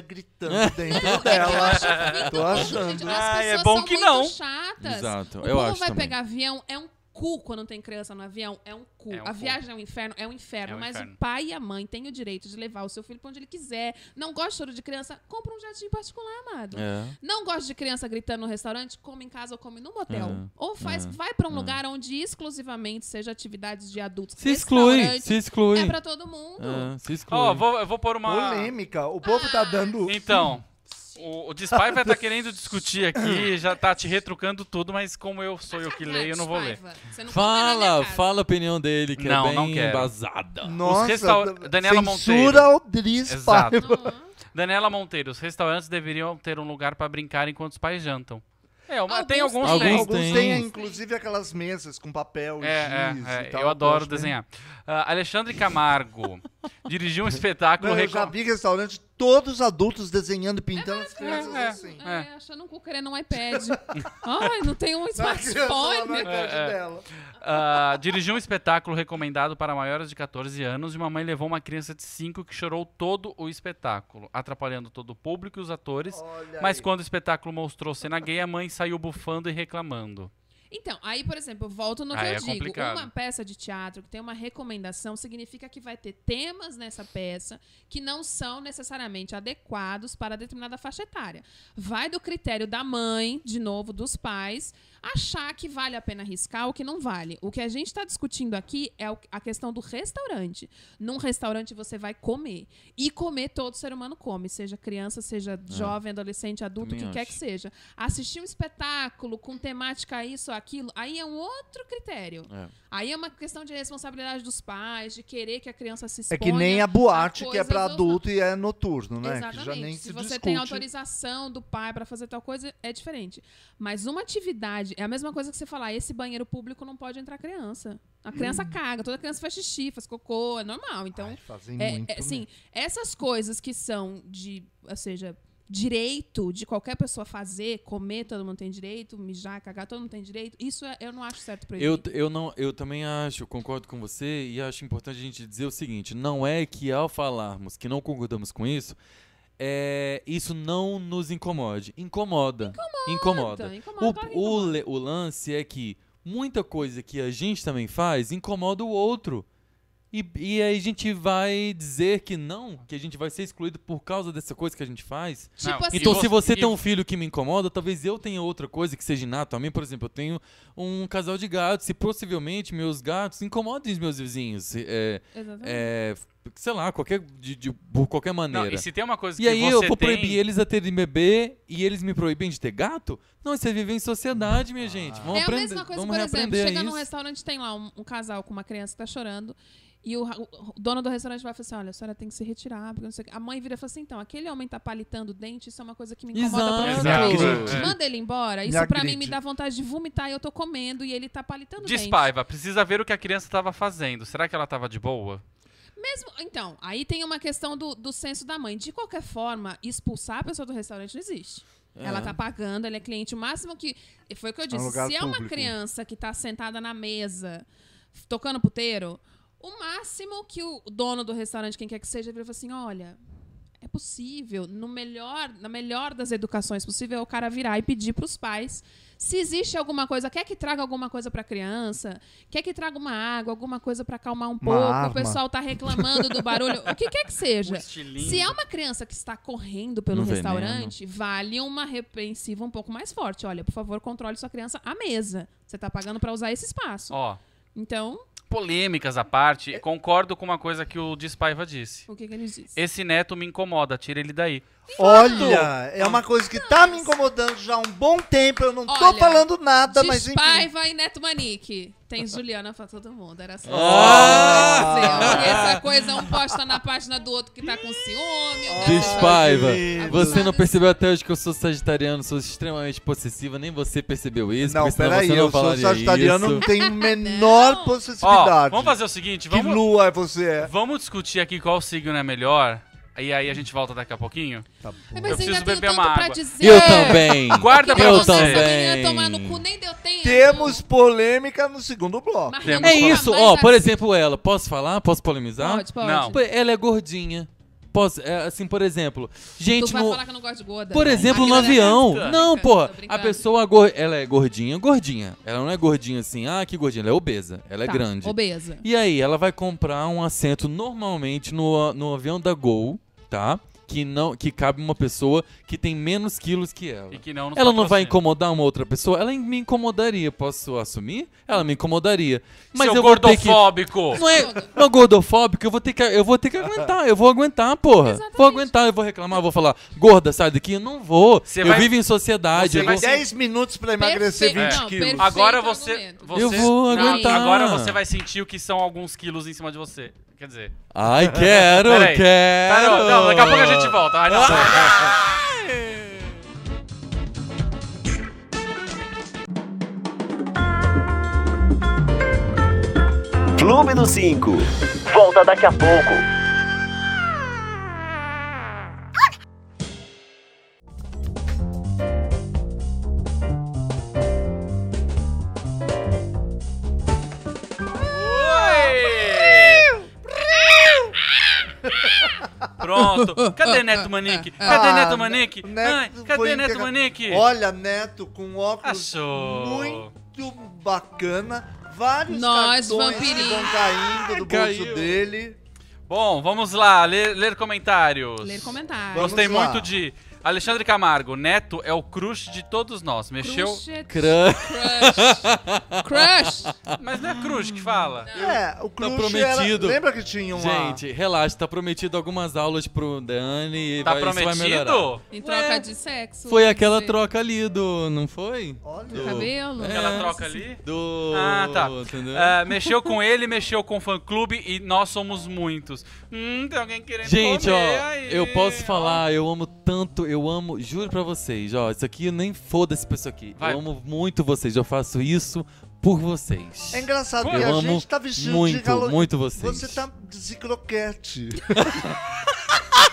Speaker 6: *laughs*
Speaker 5: gritando
Speaker 4: Não,
Speaker 5: dentro
Speaker 4: é que eu
Speaker 5: dela.
Speaker 4: acho muito
Speaker 5: Tô
Speaker 4: louco,
Speaker 5: achando.
Speaker 4: gente. As
Speaker 3: Ah, é
Speaker 4: pessoas
Speaker 3: bom
Speaker 4: são
Speaker 3: que
Speaker 4: muito
Speaker 3: não.
Speaker 4: chatas.
Speaker 6: Exato,
Speaker 4: O
Speaker 6: Então, eu
Speaker 4: povo
Speaker 6: acho
Speaker 4: vai
Speaker 6: também.
Speaker 4: pegar avião, é um cu quando tem criança no avião, é um cu.
Speaker 3: É um
Speaker 4: a
Speaker 3: cu.
Speaker 4: viagem é um inferno, é um inferno.
Speaker 3: É um
Speaker 4: mas
Speaker 3: inferno.
Speaker 4: o pai e a mãe têm o direito de levar o seu filho pra onde ele quiser. Não gosta de choro de criança, compra um jardim particular, amado.
Speaker 6: É.
Speaker 4: Não gosta de criança gritando no restaurante, come em casa ou come no motel.
Speaker 6: Uhum,
Speaker 4: Ou faz,
Speaker 6: uhum,
Speaker 4: vai pra um lugar onde exclusivamente seja atividades de adultos.
Speaker 6: Se exclui,
Speaker 4: Restaurante
Speaker 6: se exclui.
Speaker 4: É pra todo mundo.
Speaker 6: É, se exclui.
Speaker 3: Ó, vou, eu vou pôr uma.
Speaker 5: Polêmica. O povo tá dando.
Speaker 3: Então, o, o Despaiva vai estar querendo discutir aqui, já tá te retrucando tudo, mas como eu sou eu que leio, eu não vou ler.
Speaker 4: Paiva, você não compra na minha
Speaker 6: Fala,
Speaker 4: casa.
Speaker 6: fala a opinião dele, que
Speaker 3: Não,
Speaker 6: é
Speaker 3: não
Speaker 6: bem
Speaker 3: quero.
Speaker 6: embasada.
Speaker 5: Nossa,
Speaker 3: restaur-
Speaker 5: tá-
Speaker 3: Daniela
Speaker 5: censura o Dris
Speaker 3: Exato.
Speaker 5: Paiva.
Speaker 4: Uhum.
Speaker 3: Daniela Monteiro, os restaurantes deveriam ter um lugar pra brincar enquanto os pais jantam. É, uma- tem
Speaker 4: Alguns
Speaker 3: alguns,
Speaker 6: têm.
Speaker 3: tem.
Speaker 6: Alguns
Speaker 5: Alguns
Speaker 6: têm.
Speaker 5: têm, inclusive, aquelas mesas com papel e
Speaker 3: É,
Speaker 5: giz
Speaker 3: é,
Speaker 5: e
Speaker 3: é,
Speaker 5: tal.
Speaker 3: eu adoro
Speaker 5: acho
Speaker 6: né?
Speaker 5: bem-
Speaker 3: desenhar. Ah, Alexandre Camargo *laughs* dirigiu um espetáculo.
Speaker 5: Não, eu
Speaker 3: recom-
Speaker 5: já vi restaurante, todos adultos desenhando e pintando as crianças
Speaker 3: é, é.
Speaker 5: assim.
Speaker 4: Ah, é, achando um cu querendo um iPad.
Speaker 3: *laughs*
Speaker 4: Ai, não tem um
Speaker 5: Na criança né? lá na
Speaker 4: smartphone.
Speaker 5: idade
Speaker 3: É, é.
Speaker 5: dela.
Speaker 3: Ah, dirigiu um espetáculo recomendado para maiores de 14 anos e uma mãe levou uma criança de 5 que chorou todo o espetáculo, atrapalhando todo o público e os atores.
Speaker 5: Olha
Speaker 3: Mas
Speaker 5: aí.
Speaker 3: quando o espetáculo mostrou cena gay, a mãe saiu bufando e reclamando.
Speaker 4: Então, aí, por exemplo, eu volto no que
Speaker 3: Aí
Speaker 4: eu
Speaker 3: é
Speaker 4: digo.
Speaker 3: complicado.
Speaker 4: Uma peça de teatro que tem uma recomendação significa que vai ter temas nessa peça que não são necessariamente adequados para determinada faixa etária. Vai do critério da mãe, de novo, dos pais, achar que vale a pena arriscar ou que não vale. O que a gente está discutindo aqui é o- a questão do restaurante. Num restaurante você vai comer. E comer todo ser humano come, seja criança, seja jovem, adolescente, adulto, o que
Speaker 6: É. Também
Speaker 4: quer
Speaker 6: acho.
Speaker 4: que seja. Assistir um espetáculo com temática isso ou aquilo, aí é um outro critério.
Speaker 6: É.
Speaker 4: Aí é uma questão de responsabilidade dos pais, de querer que a criança se
Speaker 5: É
Speaker 4: exponha.
Speaker 5: que nem a boate que é
Speaker 4: coisas
Speaker 5: pra
Speaker 4: ou não.
Speaker 5: adulto e é noturno, né?
Speaker 4: Exatamente.
Speaker 5: Que já nem
Speaker 4: se,
Speaker 5: se,
Speaker 4: você
Speaker 5: discute.
Speaker 4: tem autorização do pai pra fazer tal coisa, é diferente. Mas uma atividade é a mesma coisa que você falar: esse banheiro público não pode entrar criança. A criança
Speaker 5: Hum.
Speaker 4: caga, toda criança faz xixi, faz cocô, é normal. Então,
Speaker 5: Ai, fazem
Speaker 4: é,
Speaker 5: muito, né?
Speaker 4: é, assim, essas coisas que são de, ou seja, direito de qualquer pessoa fazer, comer, todo mundo tem direito, mijar, cagar, todo mundo tem direito. Isso é- eu não acho certo proibir.
Speaker 6: Eu, eu, não, eu também acho, concordo com você, e acho importante a gente dizer o seguinte: não é que ao falarmos que não concordamos com isso, é, isso não nos incomode. Incomoda. Incomoda.
Speaker 4: Então, incomoda,
Speaker 6: O,
Speaker 4: claro que
Speaker 6: o,
Speaker 4: incomoda.
Speaker 6: le- o lance é que muita coisa que a gente também faz incomoda o outro. E, e aí a gente vai dizer que não, que a gente vai ser excluído por causa dessa coisa que a gente faz.
Speaker 4: Tipo
Speaker 3: Não,
Speaker 4: assim,
Speaker 6: Então,
Speaker 3: E
Speaker 6: se
Speaker 3: você-
Speaker 6: você
Speaker 3: e-
Speaker 6: tem um filho que me incomoda, talvez eu tenha outra coisa que seja inato a mim. Por exemplo, eu tenho um casal de gatos e possivelmente meus gatos incomodem os meus vizinhos. É,
Speaker 4: Exatamente.
Speaker 6: é, sei lá, qualquer, de, de- por qualquer
Speaker 3: Não,
Speaker 6: maneira.
Speaker 3: e
Speaker 6: e
Speaker 3: se tem uma coisa que
Speaker 6: aí
Speaker 3: você
Speaker 6: eu vou
Speaker 3: tem...
Speaker 6: proibir eles a terem bebê e eles me proíbem de ter gato? Não, você vive em sociedade, minha gente. Vamos
Speaker 4: é a
Speaker 6: aprender,
Speaker 4: mesma coisa,
Speaker 6: vamos
Speaker 4: por exemplo,
Speaker 6: reaprender é
Speaker 4: chega
Speaker 6: isso.
Speaker 4: num restaurante tem lá um, um casal com uma criança que tá chorando. E o, ra- o dono do restaurante vai falar assim: olha, a senhora tem que se retirar, porque não sei o quê. A mãe vira e fala assim: então, aquele homem tá palitando o dente, isso é uma coisa que me incomoda pra
Speaker 6: Exato.
Speaker 3: Exato.
Speaker 4: caralho.
Speaker 3: É.
Speaker 4: Manda ele embora,
Speaker 5: Me
Speaker 4: isso pra mim
Speaker 5: agride.
Speaker 4: me dá vontade de vomitar e eu tô comendo e ele tá palitando o dente.
Speaker 3: Despaiva, precisa ver o que a criança estava fazendo. Será que ela estava de boa?
Speaker 4: Mesmo, então, aí tem uma questão do, do senso da mãe. De qualquer forma, expulsar a pessoa do restaurante não existe. Ela tá pagando, ela é cliente. O máximo que. e Foi o que eu disse.
Speaker 5: um lugar
Speaker 4: Se é uma
Speaker 5: público.
Speaker 4: criança que tá sentada na mesa, f- tocando puteiro, o máximo que o dono do restaurante, quem quer que seja, vira e fala assim: olha. É possível, no melhor, na melhor das educações possível, é o cara virar e pedir pros pais se existe alguma coisa, quer que traga alguma coisa pra criança, quer que traga uma água, alguma coisa pra acalmar um pouco,
Speaker 5: arma.
Speaker 4: o pessoal tá reclamando do barulho, o que quer que seja.
Speaker 3: estilinho.
Speaker 4: Se é uma criança que está correndo pelo
Speaker 6: Um
Speaker 4: restaurante, vale uma repreensiva um pouco mais forte. Olha, por favor, controle sua criança à mesa. Você tá pagando pra usar esse espaço.
Speaker 3: Ó,
Speaker 4: Então,
Speaker 3: polêmicas à
Speaker 5: É.
Speaker 3: parte, concordo com uma coisa que o Despaiva disse.
Speaker 4: O que, que ele disse?
Speaker 3: Esse neto me incomoda, tira ele daí.
Speaker 5: Olha, é uma coisa que tá me incomodando já há um bom tempo. Eu não tô
Speaker 4: Olha,
Speaker 5: falando nada, mas enfim.
Speaker 4: Despaiva e Neto Manique. Tem Juliana pra todo mundo, era só.
Speaker 6: Ah!
Speaker 4: Dizer, Porque essa coisa um posta na página do outro que tá com ciúme. um assim. o cara-
Speaker 6: Despaiva,
Speaker 5: lindo.
Speaker 6: você não percebeu até hoje que eu sou sagitariano, sou extremamente possessiva, nem você percebeu isso,
Speaker 5: Não,
Speaker 6: porque senão
Speaker 5: peraí,
Speaker 6: você não
Speaker 5: eu sou
Speaker 6: falaria
Speaker 5: sagitariano, não
Speaker 6: isso.
Speaker 5: tenho menor
Speaker 4: Não.
Speaker 3: Ó,
Speaker 5: possessividade.
Speaker 3: vamos fazer o seguinte,
Speaker 5: Que
Speaker 3: vamos,
Speaker 5: lua você é?
Speaker 3: vamos discutir aqui qual signo é melhor. E aí a gente volta daqui a pouquinho.
Speaker 4: Mas
Speaker 3: Eu
Speaker 4: ainda
Speaker 3: preciso
Speaker 4: tenho
Speaker 3: beber
Speaker 4: tanto
Speaker 3: uma
Speaker 4: pra
Speaker 3: água.
Speaker 4: dizer.
Speaker 6: Eu
Speaker 4: *laughs*
Speaker 6: também.
Speaker 3: Guarda pra
Speaker 6: Ah, eu
Speaker 4: Essa
Speaker 3: você.
Speaker 4: menina
Speaker 6: também.
Speaker 4: tomar no cu nem deu tempo.
Speaker 5: Temos polêmica no segundo bloco.
Speaker 4: Mas
Speaker 3: Temos.
Speaker 6: É
Speaker 4: não tá
Speaker 6: isso,
Speaker 4: mais
Speaker 6: ó, por
Speaker 4: assim.
Speaker 6: exemplo, né? ela, posso falar? Posso polemizar?
Speaker 4: Pode, pode.
Speaker 3: Não.
Speaker 6: Pô, Ela é gordinha. Posso, é, assim, por exemplo,
Speaker 4: Tu
Speaker 6: gente
Speaker 4: vai
Speaker 6: no
Speaker 4: falar que eu não gosto de gorda.
Speaker 6: Por
Speaker 4: né?
Speaker 6: exemplo, no
Speaker 4: Aquilo ali é
Speaker 6: avião.
Speaker 4: crítica.
Speaker 6: Não,
Speaker 4: Tô
Speaker 6: pô. A
Speaker 4: brincando.
Speaker 6: pessoa, gor- ela é gordinha, gordinha. Ela não é gordinha assim, ah, que gordinha. Ela é obesa. Ela é
Speaker 4: Tá,
Speaker 6: grande.
Speaker 4: Obesa.
Speaker 6: E aí, ela vai comprar um assento normalmente no, no avião da Gol, tá? Que, não, que cabe uma pessoa que tem menos quilos que ela.
Speaker 3: E que não nos
Speaker 6: Ela não vai
Speaker 3: patrocina.
Speaker 6: incomodar uma outra pessoa? Ela me incomodaria, posso assumir? Ela me incomodaria. Mas
Speaker 3: Seu
Speaker 6: eu vou ter que.
Speaker 3: gordofóbico!
Speaker 6: Não é, não é gordofóbico, eu vou ter que, eu vou ter que aguentar, eu vou aguentar, porra.
Speaker 4: Exatamente.
Speaker 6: Vou aguentar, eu vou reclamar, eu vou falar, gorda, sai daqui, eu não vou.
Speaker 3: Você
Speaker 6: eu
Speaker 3: vai-
Speaker 6: vivo em sociedade.
Speaker 3: você
Speaker 6: Eu
Speaker 3: vai
Speaker 6: vou,
Speaker 5: 10 minutos pra emagrecer
Speaker 4: Perfeito.
Speaker 5: 20
Speaker 4: Não,
Speaker 5: quilos.
Speaker 4: perfeito.
Speaker 3: Agora você,
Speaker 4: argumento.
Speaker 3: você.
Speaker 6: Eu vou
Speaker 3: não,
Speaker 6: aguentar.
Speaker 3: Agora você vai sentir o que são alguns quilos em cima de você. Quer dizer.
Speaker 6: *laughs* Ai, quero,
Speaker 3: Peraí. Tá,
Speaker 6: quero.
Speaker 3: Não, não, daqui a pouco a gente volta. Vai, não.
Speaker 6: Ah.
Speaker 2: Clube do 5. Volta daqui a pouco.
Speaker 3: Pronto. Cadê Neto Manique? Cadê
Speaker 5: Ah,
Speaker 3: Neto Manique?
Speaker 5: o Neto
Speaker 3: Ai,
Speaker 5: foi
Speaker 3: cadê Neto
Speaker 5: integra-
Speaker 3: Manique?
Speaker 5: Olha, Neto com óculos
Speaker 3: Achou.
Speaker 5: muito bacana. Vários
Speaker 4: Nós,
Speaker 5: cartões que
Speaker 4: vampirinhos.
Speaker 5: vão caindo do
Speaker 6: Caiu.
Speaker 5: bolso dele.
Speaker 3: Bom, vamos lá, ler, ler comentários.
Speaker 4: Ler comentários.
Speaker 5: Vamos
Speaker 3: Gostei
Speaker 5: lá.
Speaker 3: muito de Alexandre Camargo. Neto é o crush de todos nós. Mexeu.
Speaker 4: Crush. it.
Speaker 6: Crush.
Speaker 4: Crush. Crush.
Speaker 3: *laughs* Mas não é crush que fala.
Speaker 5: É, o Crush
Speaker 6: prometido.
Speaker 5: Era, lembra que tinha uma...
Speaker 6: Gente, relaxa, tá prometido algumas aulas pro Dani. e
Speaker 3: Tá
Speaker 6: vai, Então, Isso vai melhorar.
Speaker 3: prometido?
Speaker 4: Em
Speaker 6: Ué,
Speaker 4: troca de sexo.
Speaker 6: Foi aquela
Speaker 4: de-
Speaker 6: troca ali do. Não foi?
Speaker 5: Olha,
Speaker 6: Do-
Speaker 4: Cabelo.
Speaker 3: Aquela
Speaker 6: É.
Speaker 3: troca ali?
Speaker 6: Do.
Speaker 3: Ah, tá.
Speaker 6: entendeu?
Speaker 3: Ah, mexeu com ele, mexeu com o fã-clube e nós somos muitos. Hum, tem alguém querendo
Speaker 6: Gente,
Speaker 3: comer
Speaker 6: ó,
Speaker 3: aí,
Speaker 6: eu posso
Speaker 3: ó.
Speaker 6: falar, eu amo tanto, eu amo, juro pra vocês, ó, isso aqui nem foda-se pra isso aqui.
Speaker 3: Vai.
Speaker 6: Eu amo muito vocês, eu faço isso por vocês.
Speaker 5: é engraçado
Speaker 3: Eu
Speaker 5: que a
Speaker 6: amo
Speaker 5: gente tá vestido de
Speaker 6: muito,
Speaker 5: Halloween.
Speaker 6: muito vocês.
Speaker 5: Você tá de croquete. *laughs*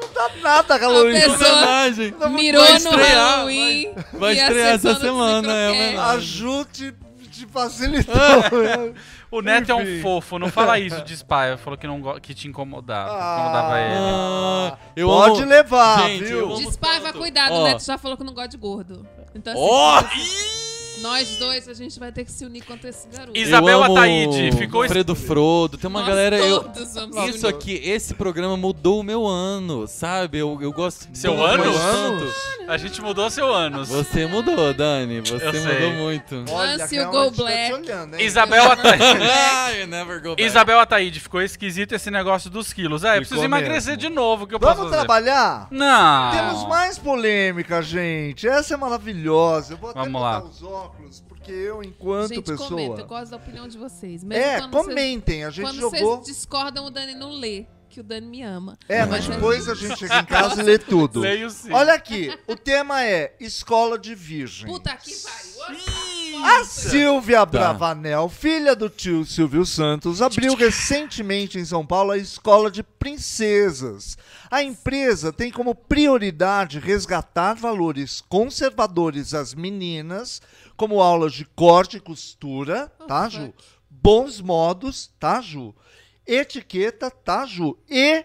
Speaker 5: Não tá nada
Speaker 6: É
Speaker 5: Halloween.
Speaker 3: né?
Speaker 4: A pessoa-
Speaker 6: Personagem.
Speaker 4: Mirou
Speaker 6: Tá Vai
Speaker 4: no
Speaker 6: estrear,
Speaker 4: Halloween.
Speaker 6: vai
Speaker 4: e
Speaker 6: estrear essa
Speaker 4: acessando
Speaker 6: semana, é
Speaker 4: psicroquete.
Speaker 6: verdade.
Speaker 5: Ajude te facilitou.
Speaker 6: Ah,
Speaker 3: O Neto é um
Speaker 5: Enfim.
Speaker 3: fofo, não fala isso de Spy. Falou que, não go- que te incomodava.
Speaker 5: Ah.
Speaker 3: incomodava ele.
Speaker 6: Ah, eu
Speaker 5: Pode
Speaker 6: amo...
Speaker 5: levar,
Speaker 6: Gente,
Speaker 5: viu?
Speaker 6: eu amo
Speaker 4: Despaiva,
Speaker 6: tanto.
Speaker 4: cuidado,
Speaker 6: Ó.
Speaker 4: o Neto já falou que não gosta de gordo. Então, assim,
Speaker 6: Ó!
Speaker 4: nós dois, a gente vai ter que se unir contra esse garoto.
Speaker 3: Is- Isabel
Speaker 6: eu amo
Speaker 3: Ataíde, ficou es-
Speaker 6: Fredo Frodo, tem uma
Speaker 4: Nós
Speaker 6: galera... Eu...
Speaker 4: todos vamos se
Speaker 6: Isso
Speaker 4: unir.
Speaker 6: aqui, esse programa mudou o meu ano, sabe? Eu, eu gosto
Speaker 3: Seu
Speaker 6: muito,
Speaker 3: ano?
Speaker 6: gosto
Speaker 5: Ano?
Speaker 6: tanto.
Speaker 3: A gente mudou seu ânus.
Speaker 6: Você mudou, Dani. Você
Speaker 3: Eu sei.
Speaker 6: mudou muito.
Speaker 4: Lance o
Speaker 5: realmente,
Speaker 4: Go
Speaker 5: tá te
Speaker 4: Black.
Speaker 5: olhando, hein?
Speaker 3: Isabel,
Speaker 6: *laughs*
Speaker 3: Ata...
Speaker 6: I never go back.
Speaker 3: Isabel Ataíde, ficou esquisito esse negócio dos quilos. É, eu preciso
Speaker 5: Ficou
Speaker 3: emagrecer de
Speaker 5: mesmo.
Speaker 3: novo, que eu posso
Speaker 5: Vamos
Speaker 3: fazer?
Speaker 5: trabalhar?
Speaker 6: Ah.
Speaker 3: Não.
Speaker 5: Temos mais polêmica, gente. Essa é maravilhosa. Eu vou até
Speaker 3: Vamos
Speaker 5: botar
Speaker 3: lá.
Speaker 5: os óculos, porque eu,
Speaker 6: é
Speaker 5: enquanto
Speaker 4: gente,
Speaker 5: pessoa.
Speaker 4: comenta, eu gosto da opinião de vocês. Mesmo
Speaker 5: é,
Speaker 4: quando vocês-
Speaker 5: comentem. A gente
Speaker 4: Quando
Speaker 5: jogou.
Speaker 4: vocês discordam, o Dani não lê, que o Dani me ama.
Speaker 5: É, mas depois a gente chega em casa e lê tudo.
Speaker 3: Leio sim.
Speaker 5: Olha aqui, o tema é escola de virgem.
Speaker 4: Puta que pariu.
Speaker 5: A Silvia Bravanel, filha do tio Silvio Santos, abriu recentemente em São Paulo a escola de princesas. A empresa tem como prioridade resgatar valores conservadores às meninas, como aulas de corte e costura, tá, Ju?
Speaker 4: Oh, fuck.
Speaker 5: Bons modos, tá, Ju? Etiqueta, tá, Ju? E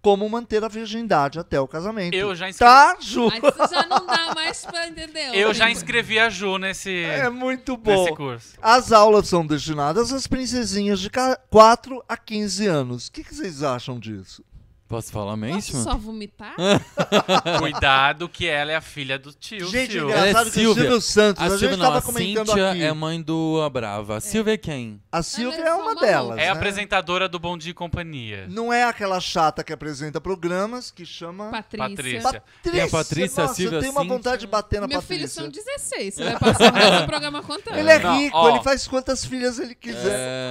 Speaker 5: como manter a virgindade até o casamento.
Speaker 3: Eu já inscrevi-
Speaker 5: Tá, Ju?
Speaker 4: Aí você já não dá mais pra entender.
Speaker 3: Eu já inscrevi a Ju nesse,
Speaker 5: É muito bom.
Speaker 3: nesse curso.
Speaker 5: As aulas são destinadas às princesinhas de ca- 4 a 15 anos. O que, que vocês acham disso?
Speaker 6: Posso falar
Speaker 4: Posso
Speaker 6: mesmo?
Speaker 4: só vomitar?
Speaker 6: Ah.
Speaker 3: Cuidado que ela é a filha do tio,
Speaker 5: Gente,
Speaker 3: Sil.
Speaker 6: ela- é
Speaker 5: engraçado que o
Speaker 6: Silvia.
Speaker 5: Silvio Santos, a,
Speaker 6: A Silvia
Speaker 5: gente
Speaker 6: não,
Speaker 5: tava
Speaker 6: a
Speaker 5: comentando
Speaker 6: Cíntia
Speaker 5: aqui.
Speaker 6: é mãe do A Brava. A Silvia é quem?
Speaker 5: A Silvia
Speaker 4: Ela é
Speaker 5: é
Speaker 4: só
Speaker 5: uma
Speaker 4: maluca.
Speaker 5: delas.
Speaker 3: É
Speaker 5: né?
Speaker 3: a apresentadora do Bom Dia e Companhia.
Speaker 5: Não é aquela chata que apresenta programas que chama.
Speaker 4: Patrícia.
Speaker 3: Patrícia.
Speaker 5: Patrícia.
Speaker 6: Tem a Patrícia, a
Speaker 5: Nossa,
Speaker 6: Silvia,
Speaker 5: eu tenho uma
Speaker 6: Cíntia.
Speaker 5: vontade de bater na
Speaker 4: Meu
Speaker 5: Patrícia.
Speaker 4: filho são 16. Você vai passar o resto do programa contando.
Speaker 5: Ele é
Speaker 3: Não,
Speaker 5: rico,
Speaker 3: ó.
Speaker 5: ele faz quantas filhas ele quiser.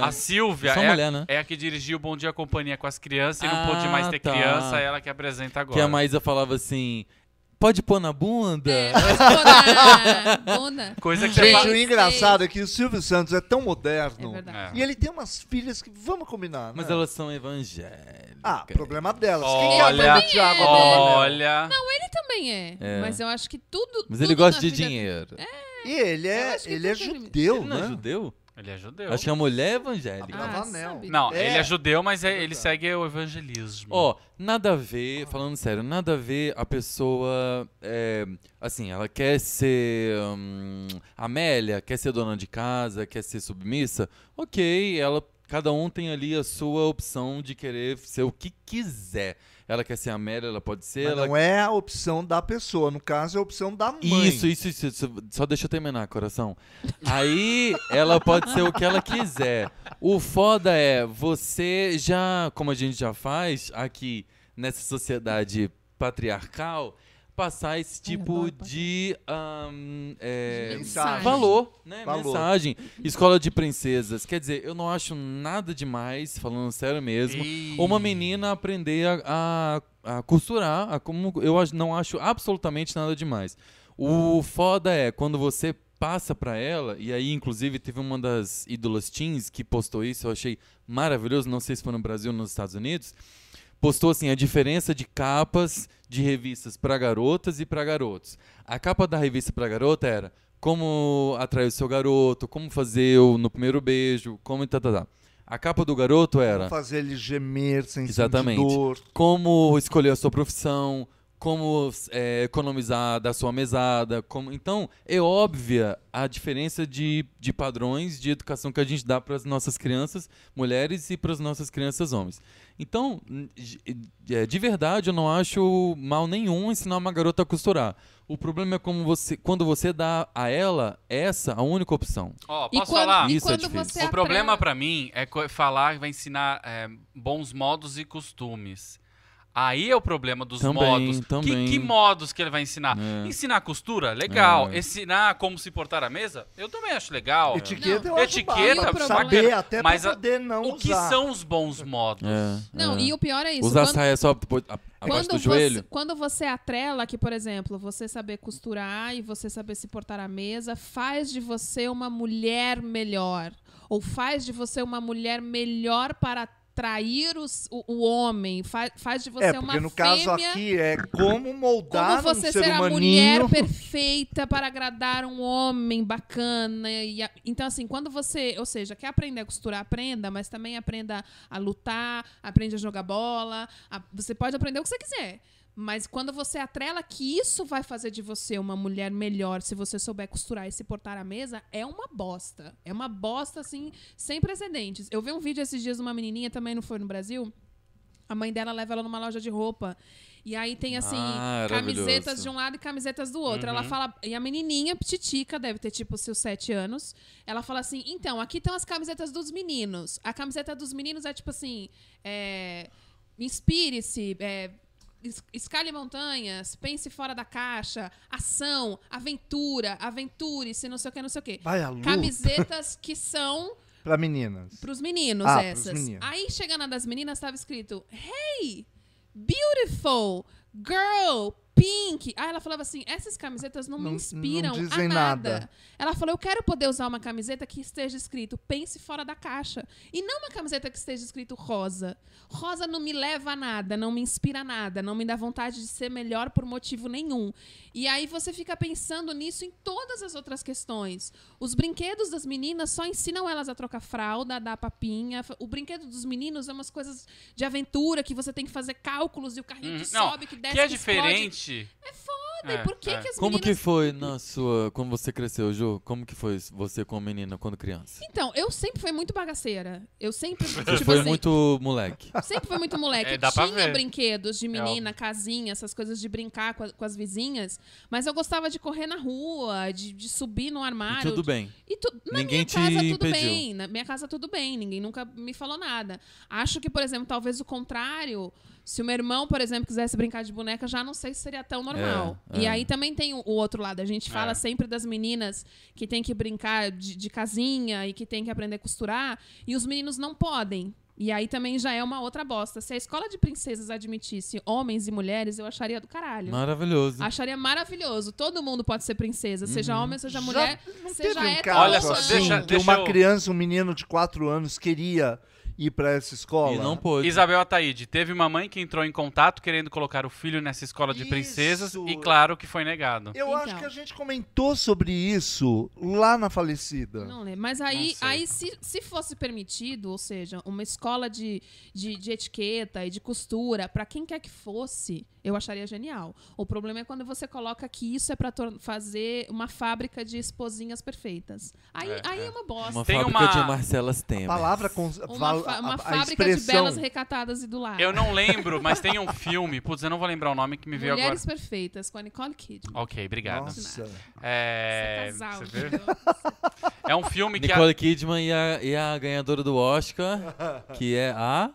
Speaker 6: É...
Speaker 3: A Silvia
Speaker 6: Só
Speaker 3: é, a-
Speaker 6: mulher, né?
Speaker 3: é a que dirigiu o Bom Dia e Companhia com as crianças e não
Speaker 6: Ah,
Speaker 3: pôde mais ter
Speaker 6: tá.
Speaker 3: criança, é ela que apresenta agora.
Speaker 6: Que é a Maísa falava assim: pode pôr na bunda?
Speaker 4: É, mas bunda,
Speaker 3: *laughs*
Speaker 4: bunda.
Speaker 3: Coisa que você
Speaker 5: Gente,
Speaker 3: fala.
Speaker 5: o engraçado é que o Silvio Santos é tão moderno.
Speaker 4: É verdade.
Speaker 5: e ele tem umas filhas que, vamos combinar,
Speaker 6: Mas
Speaker 5: né?
Speaker 6: elas são evangélicas.
Speaker 5: Ah, problema delas. Quem que é a
Speaker 3: Olha,
Speaker 5: mãe do Thiago?
Speaker 3: olha.
Speaker 4: Ele também é,
Speaker 6: É.
Speaker 4: Mas eu acho que tudo.
Speaker 6: Mas
Speaker 4: tudo
Speaker 6: ele gosta
Speaker 4: na
Speaker 6: de
Speaker 4: vida-
Speaker 6: dinheiro. É,
Speaker 5: E ele
Speaker 4: Eu
Speaker 5: é,
Speaker 4: acho que
Speaker 5: ele é
Speaker 4: tudo tem
Speaker 5: judeu,
Speaker 6: não é
Speaker 5: né?
Speaker 6: judeu?
Speaker 3: Ele é judeu.
Speaker 6: Acho que a mulher é evangélica.
Speaker 4: Ah,
Speaker 5: Avanel.
Speaker 4: sabe?
Speaker 3: Não,
Speaker 5: É.
Speaker 3: ele é judeu, mas é- ele segue o evangelismo.
Speaker 6: Ó, nada a ver, falando sério, nada a ver a pessoa. é, assim, ela quer ser. hum, Amélia, quer ser dona de casa, quer ser submissa. Ok, ela. Cada um tem ali a sua opção de querer ser o que quiser. Ela quer ser Amélia, ela pode ser.
Speaker 5: Mas
Speaker 6: ela
Speaker 5: não é a opção da pessoa, no caso é a opção da mãe.
Speaker 6: Isso, isso, isso, isso. Só deixa eu terminar, coração. Aí ela pode ser o que ela quiser. O foda é, você já, como a gente já faz aqui nessa sociedade patriarcal, passar esse tipo
Speaker 4: adoro
Speaker 6: de ahn, é,
Speaker 4: Mensagem.
Speaker 6: valor, né?
Speaker 5: Valor.
Speaker 6: Mensagem. Escola de princesas. Quer dizer, eu não acho nada demais, falando sério mesmo
Speaker 3: Ih.
Speaker 6: uma menina aprender a, a, a costurar, a como eu ach- não acho absolutamente nada demais. O foda é quando você passa pra ela, e aí inclusive teve uma das ídolas teens que postou isso, eu achei maravilhoso, não sei se foi no Brasil ou nos Estados Unidos, postou assim a diferença de capas de revistas pra garotas e pra garotos. A capa da revista pra garota era como atrair o seu garoto, como fazer o no primeiro beijo, como tá, tá, tá. A capa do garoto era
Speaker 5: Fazer ele gemer sem
Speaker 6: né? Exatamente.
Speaker 5: sentir dor.
Speaker 6: como escolher a sua profissão, como é, economizar da sua mesada. Como... Então, é óbvia a diferença de, de padrões de educação que a gente dá para as nossas crianças mulheres e para as nossas crianças homens. Então, n- de- é, de verdade, eu não acho mal nenhum ensinar uma garota a costurar. O problema é como você, quando você dá a ela essa, a única opção.
Speaker 3: Ó,
Speaker 4: E
Speaker 3: posso
Speaker 4: quando,
Speaker 3: falar?
Speaker 4: e
Speaker 6: Isso é
Speaker 4: quando
Speaker 6: difícil.
Speaker 4: você
Speaker 3: O problema
Speaker 4: atrasa-
Speaker 3: pra mim é co- falar que vai ensinar é, bons modos e costumes. Aí é o problema dos
Speaker 6: Também,
Speaker 3: modos. Que-
Speaker 6: também.
Speaker 3: Que, modos que ele vai ensinar?
Speaker 6: É.
Speaker 3: Ensinar costura? Legal.
Speaker 6: É.
Speaker 3: Ensinar como se portar à mesa? Eu também acho legal.
Speaker 5: Etiqueta
Speaker 4: Não.
Speaker 5: eu acho
Speaker 3: Etiqueta,
Speaker 5: bárbaro.
Speaker 4: E o
Speaker 5: saber
Speaker 3: problema-
Speaker 5: até
Speaker 3: mas
Speaker 5: pra
Speaker 3: a-
Speaker 5: poder não
Speaker 3: O que
Speaker 5: usar.
Speaker 3: são os bons modos?
Speaker 6: É,
Speaker 4: Não,
Speaker 6: é.
Speaker 4: e o pior é isso.
Speaker 6: Usar
Speaker 4: quando-
Speaker 6: saia só po- a- abaixo
Speaker 4: Quando
Speaker 6: do
Speaker 4: você,
Speaker 6: joelho?
Speaker 4: quando você atrela que, por exemplo, você saber costurar e você saber se portar à mesa faz de você uma mulher melhor. Ou faz de você uma mulher melhor para atrair os- o, o homem. Fa- faz de você
Speaker 5: É,
Speaker 4: uma
Speaker 5: porque no
Speaker 4: fêmea.
Speaker 5: caso aqui é como
Speaker 4: como
Speaker 5: moldar
Speaker 4: você
Speaker 5: um ser,
Speaker 4: ser a
Speaker 5: humaninho.
Speaker 4: mulher perfeita para agradar um homem bacana. e a- Então, assim, quando você, ou seja, quer aprender a costurar, aprenda, mas também aprenda a lutar, aprende a jogar bola. a- Você pode aprender o que você quiser. Mas quando você atrela que isso vai fazer de você uma mulher melhor se você souber costurar e se portar à mesa, é uma bosta. É uma bosta, assim, sem precedentes. Eu vi um vídeo esses dias de uma menininha, também não foi no Brasil, a mãe dela leva ela numa loja de roupa. E aí tem assim,
Speaker 6: Ah,
Speaker 4: camisetas
Speaker 6: maravilhoso.
Speaker 4: de um lado e camisetas do outro. Ela
Speaker 3: Uhum.
Speaker 4: fala. E a menininha, pititica, deve ter tipo seus sete anos. Ela fala assim: então, aqui estão as camisetas dos meninos. A camiseta dos meninos é tipo assim: é, inspire-se, é, es- escale montanhas, pense fora da caixa, ação, aventura, aventure-se, não sei o que, não sei o que.
Speaker 5: Vai a luz
Speaker 4: Camisetas que são
Speaker 5: pra meninas.
Speaker 4: Pros meninos,
Speaker 5: Ah, pros
Speaker 4: essas.
Speaker 5: meninos.
Speaker 4: Aí, chegando na das meninas, tava escrito: Hey, beautiful, girl, pink. Aí ela falava assim: Essas camisetas não,
Speaker 5: Não-
Speaker 4: me inspiram
Speaker 5: não dizem
Speaker 4: a nada.
Speaker 5: nada.
Speaker 4: Ela falou: Eu quero poder usar uma camiseta que esteja escrito pense fora da caixa. E não uma camiseta que esteja escrito rosa. Rosa não me leva a nada, não me inspira a nada, não me dá vontade de ser melhor por motivo nenhum. E aí você fica pensando nisso em todas as outras questões. Os brinquedos das meninas só ensinam elas a trocar fralda, a dar papinha. O brinquedo dos meninos é umas coisas de aventura que você tem que fazer cálculos e o carrinho
Speaker 3: Uhum.
Speaker 4: que
Speaker 3: Não,
Speaker 4: sobe, que desce,
Speaker 3: Que é
Speaker 4: explode.
Speaker 3: diferente.
Speaker 4: É foda. foda.
Speaker 3: É,
Speaker 4: e por que,
Speaker 3: é.
Speaker 4: que as
Speaker 6: Como que
Speaker 4: meninas...
Speaker 6: foi na sua. Quando você cresceu, Ju? Como que foi você com a menina quando criança?
Speaker 4: Então, eu sempre fui muito bagaceira. Eu sempre,
Speaker 6: Você
Speaker 4: tipo
Speaker 6: foi
Speaker 4: assim,
Speaker 6: muito moleque.
Speaker 4: sempre fui muito moleque.
Speaker 3: É,
Speaker 4: eu
Speaker 3: dá pra
Speaker 4: tinha
Speaker 3: ver. É
Speaker 4: brinquedos de menina,
Speaker 3: óbvio.
Speaker 4: casinha, essas coisas de brincar com, a- com as vizinhas. Mas eu gostava de correr na rua, de, de subir no
Speaker 6: E
Speaker 4: armário.
Speaker 6: tudo bem.
Speaker 4: E tu- na
Speaker 6: Ninguém
Speaker 4: minha
Speaker 6: te
Speaker 4: casa tudo
Speaker 6: impediu.
Speaker 4: bem, na minha casa tudo bem, ninguém nunca me falou nada. Acho que, por exemplo, talvez o contrário, se o meu irmão, por exemplo, quisesse brincar de boneca, já não sei se seria tão normal.
Speaker 6: É, é.
Speaker 4: E aí também tem o o outro lado, a gente fala
Speaker 3: É.
Speaker 4: sempre das meninas que tem que brincar de, de casinha e que tem que aprender a costurar, e os meninos não podem. E aí também já é uma outra bosta. Se a escola de princesas admitisse homens e mulheres, eu acharia do caralho.
Speaker 6: Maravilhoso.
Speaker 4: Acharia maravilhoso. Todo mundo pode ser princesa, seja homem, seja mulher,
Speaker 5: Uhum. não
Speaker 4: seja
Speaker 5: teve um
Speaker 4: hétero.
Speaker 5: caso
Speaker 3: Olha só,
Speaker 5: assim,
Speaker 3: deixa-
Speaker 5: que
Speaker 3: deixa
Speaker 5: uma
Speaker 3: eu-
Speaker 5: criança, um menino de 4 anos queria ir pra essa escola.
Speaker 6: E não pôde.
Speaker 3: Isabel Ataíde, teve uma mãe que entrou em contato querendo colocar o filho nessa escola de princesas
Speaker 5: Isso.
Speaker 3: e claro que foi negado.
Speaker 5: Eu acho
Speaker 4: Então.
Speaker 5: que a gente comentou sobre isso lá na falecida.
Speaker 4: Não lembro. Mas aí,
Speaker 3: Não sei.
Speaker 4: aí se, se fosse permitido, ou seja, uma escola de, de, de etiqueta e de costura, pra quem quer que fosse, eu acharia genial. O problema é quando você coloca que isso é pra tor- fazer uma fábrica de esposinhas perfeitas. Aí
Speaker 3: É,
Speaker 4: é, aí
Speaker 3: é.
Speaker 4: é uma bosta.
Speaker 6: Uma
Speaker 3: Tem
Speaker 6: fábrica
Speaker 3: uma-
Speaker 6: de Marcelas Temer.
Speaker 5: Palavra com
Speaker 4: Uma, fa- uma fábrica de belas recatadas e do lar.
Speaker 3: Eu não lembro, mas tem um filme, putz, eu não vou lembrar o nome que me veio
Speaker 4: Mulheres Perfeitas, com a Nicole Kidman.
Speaker 3: agora. Ok, obrigado.
Speaker 5: Nossa.
Speaker 3: É...
Speaker 4: Esse casal,
Speaker 3: você vê?
Speaker 4: entendeu?
Speaker 3: É um filme que a-
Speaker 6: Nicole Kidman e a, e a ganhadora do Oscar, que é a.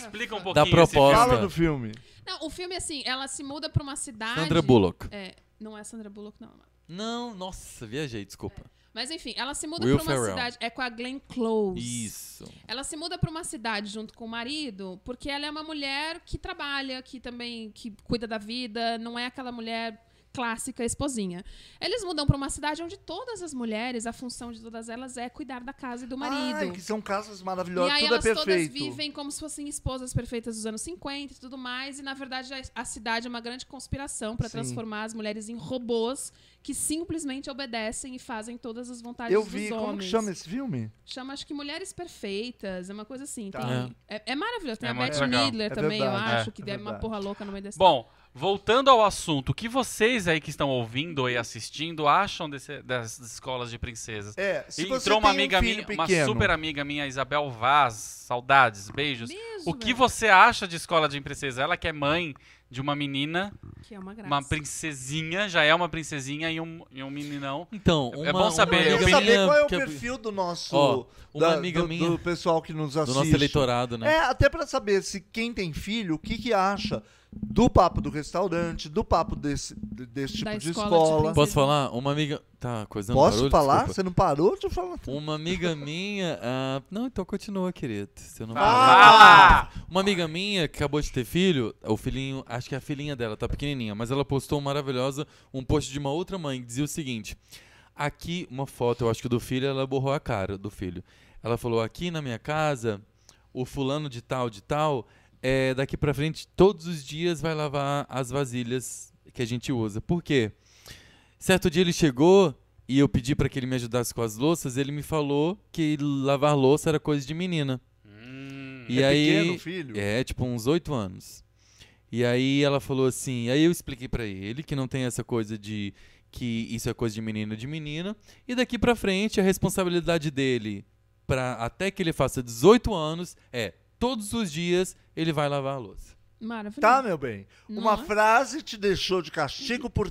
Speaker 3: explica um pouquinho
Speaker 6: Da
Speaker 3: esse
Speaker 6: proposta.
Speaker 5: Fala
Speaker 6: Oscar.
Speaker 5: do filme.
Speaker 4: Não, o filme, assim, ela se muda pra uma cidade...
Speaker 6: Sandra Bullock.
Speaker 4: É, não é Sandra Bullock, não.
Speaker 6: Não, nossa, viajei, desculpa.
Speaker 4: Mas enfim, ela se muda
Speaker 6: Will
Speaker 4: pra uma
Speaker 6: Ferrell.
Speaker 4: cidade. É com a Glenn Close.
Speaker 6: Isso.
Speaker 4: Ela se muda pra uma cidade junto com o marido, porque ela é uma mulher que trabalha, que também que cuida da vida, não é aquela mulher clássica esposinha. Eles mudam pra uma cidade onde todas as mulheres, a função de todas elas é cuidar da casa e do marido.
Speaker 5: Ai, que são casas
Speaker 4: E
Speaker 5: maravilhosas,
Speaker 4: aí
Speaker 5: tudo é
Speaker 4: elas todas
Speaker 5: perfeito.
Speaker 4: vivem como se fossem esposas perfeitas dos anos 50 e tudo mais. E na verdade a, a cidade é uma grande conspiração pra
Speaker 5: Sim.
Speaker 4: transformar as mulheres em robôs que simplesmente obedecem e fazem todas as vontades
Speaker 5: Eu
Speaker 4: dos
Speaker 5: vi,
Speaker 4: homens.
Speaker 5: como que chama esse filme?
Speaker 4: Chama, acho que Mulheres Perfeitas, é uma coisa assim.
Speaker 5: Tá.
Speaker 4: tem- é. é maravilhoso. Tem
Speaker 3: É
Speaker 4: a
Speaker 3: muito
Speaker 4: Beth
Speaker 3: legal.
Speaker 4: Midler
Speaker 5: É
Speaker 4: também,
Speaker 5: verdade,
Speaker 4: eu acho,
Speaker 5: é.
Speaker 4: que
Speaker 5: É
Speaker 4: é uma
Speaker 5: verdade.
Speaker 4: porra louca no meio da história.
Speaker 3: Bom, voltando ao assunto, o que vocês aí que estão ouvindo e assistindo acham desse- das escolas de princesas?
Speaker 5: É, se
Speaker 3: E
Speaker 5: você
Speaker 3: entrou uma
Speaker 5: tem um
Speaker 3: amiga minha,
Speaker 5: filho
Speaker 3: uma
Speaker 5: pequeno,
Speaker 3: super amiga minha, Isabel Vaz, saudades, beijos.
Speaker 4: Beijo,
Speaker 3: O que
Speaker 4: velho,
Speaker 3: você acha de escola de princesa? Ela que é mãe de uma menina,
Speaker 4: que é uma graça.
Speaker 3: uma princesinha, já é uma princesinha e um, e um meninão.
Speaker 6: Então,
Speaker 3: É-
Speaker 6: uma,
Speaker 3: é bom saber,
Speaker 6: uma
Speaker 5: Eu
Speaker 3: eu
Speaker 5: queria
Speaker 6: amiga
Speaker 5: saber
Speaker 6: minha
Speaker 5: qual é o
Speaker 6: que
Speaker 5: perfil do nosso...
Speaker 6: Ó, uma
Speaker 5: da-
Speaker 6: amiga
Speaker 5: do,
Speaker 6: minha-
Speaker 5: do pessoal que nos
Speaker 6: do
Speaker 5: assiste.
Speaker 6: nosso eleitorado, né?
Speaker 5: É, até pra saber se quem tem filho, o que que acha do papo do restaurante, do papo desse, de- desse tipo
Speaker 4: Da
Speaker 5: de
Speaker 4: escola
Speaker 5: escola.
Speaker 4: de princesa.
Speaker 6: Posso falar? Uma amiga. Tá, coisa
Speaker 5: Posso
Speaker 6: barulho,
Speaker 5: falar?
Speaker 6: desculpa.
Speaker 5: Você não parou de falar?
Speaker 6: Uma amiga minha. ah, Não, então continua, querido. Você não
Speaker 3: Fala!
Speaker 6: Uma amiga minha que acabou de ter filho, o filhinho, acho que é a filhinha dela, tá pequenininha, mas ela postou um maravilhosa um post de uma outra mãe que dizia o seguinte: aqui uma foto, eu acho que do filho, ela borrou a cara do filho. Ela falou: aqui na minha casa, o fulano de tal de tal, é, daqui pra frente todos os dias vai lavar as vasilhas que a gente usa. Por quê? Certo dia ele chegou e eu pedi pra que ele me ajudasse com as louças, ele me falou que lavar louça era coisa de menina.
Speaker 3: Hum.
Speaker 6: e
Speaker 5: é
Speaker 6: aí
Speaker 5: pequeno filho?
Speaker 6: é, tipo, uns oito anos. E aí ela falou assim, aí eu expliquei pra ele que não tem essa coisa de que isso é coisa de menino e de menina, e daqui pra frente a responsabilidade dele para até que ele faça 18 anos é todos os dias ele vai lavar a louça.
Speaker 4: Maravilhoso.
Speaker 5: Tá, meu bem.
Speaker 4: Não
Speaker 5: Uma
Speaker 4: é?
Speaker 5: frase te deixou de castigo por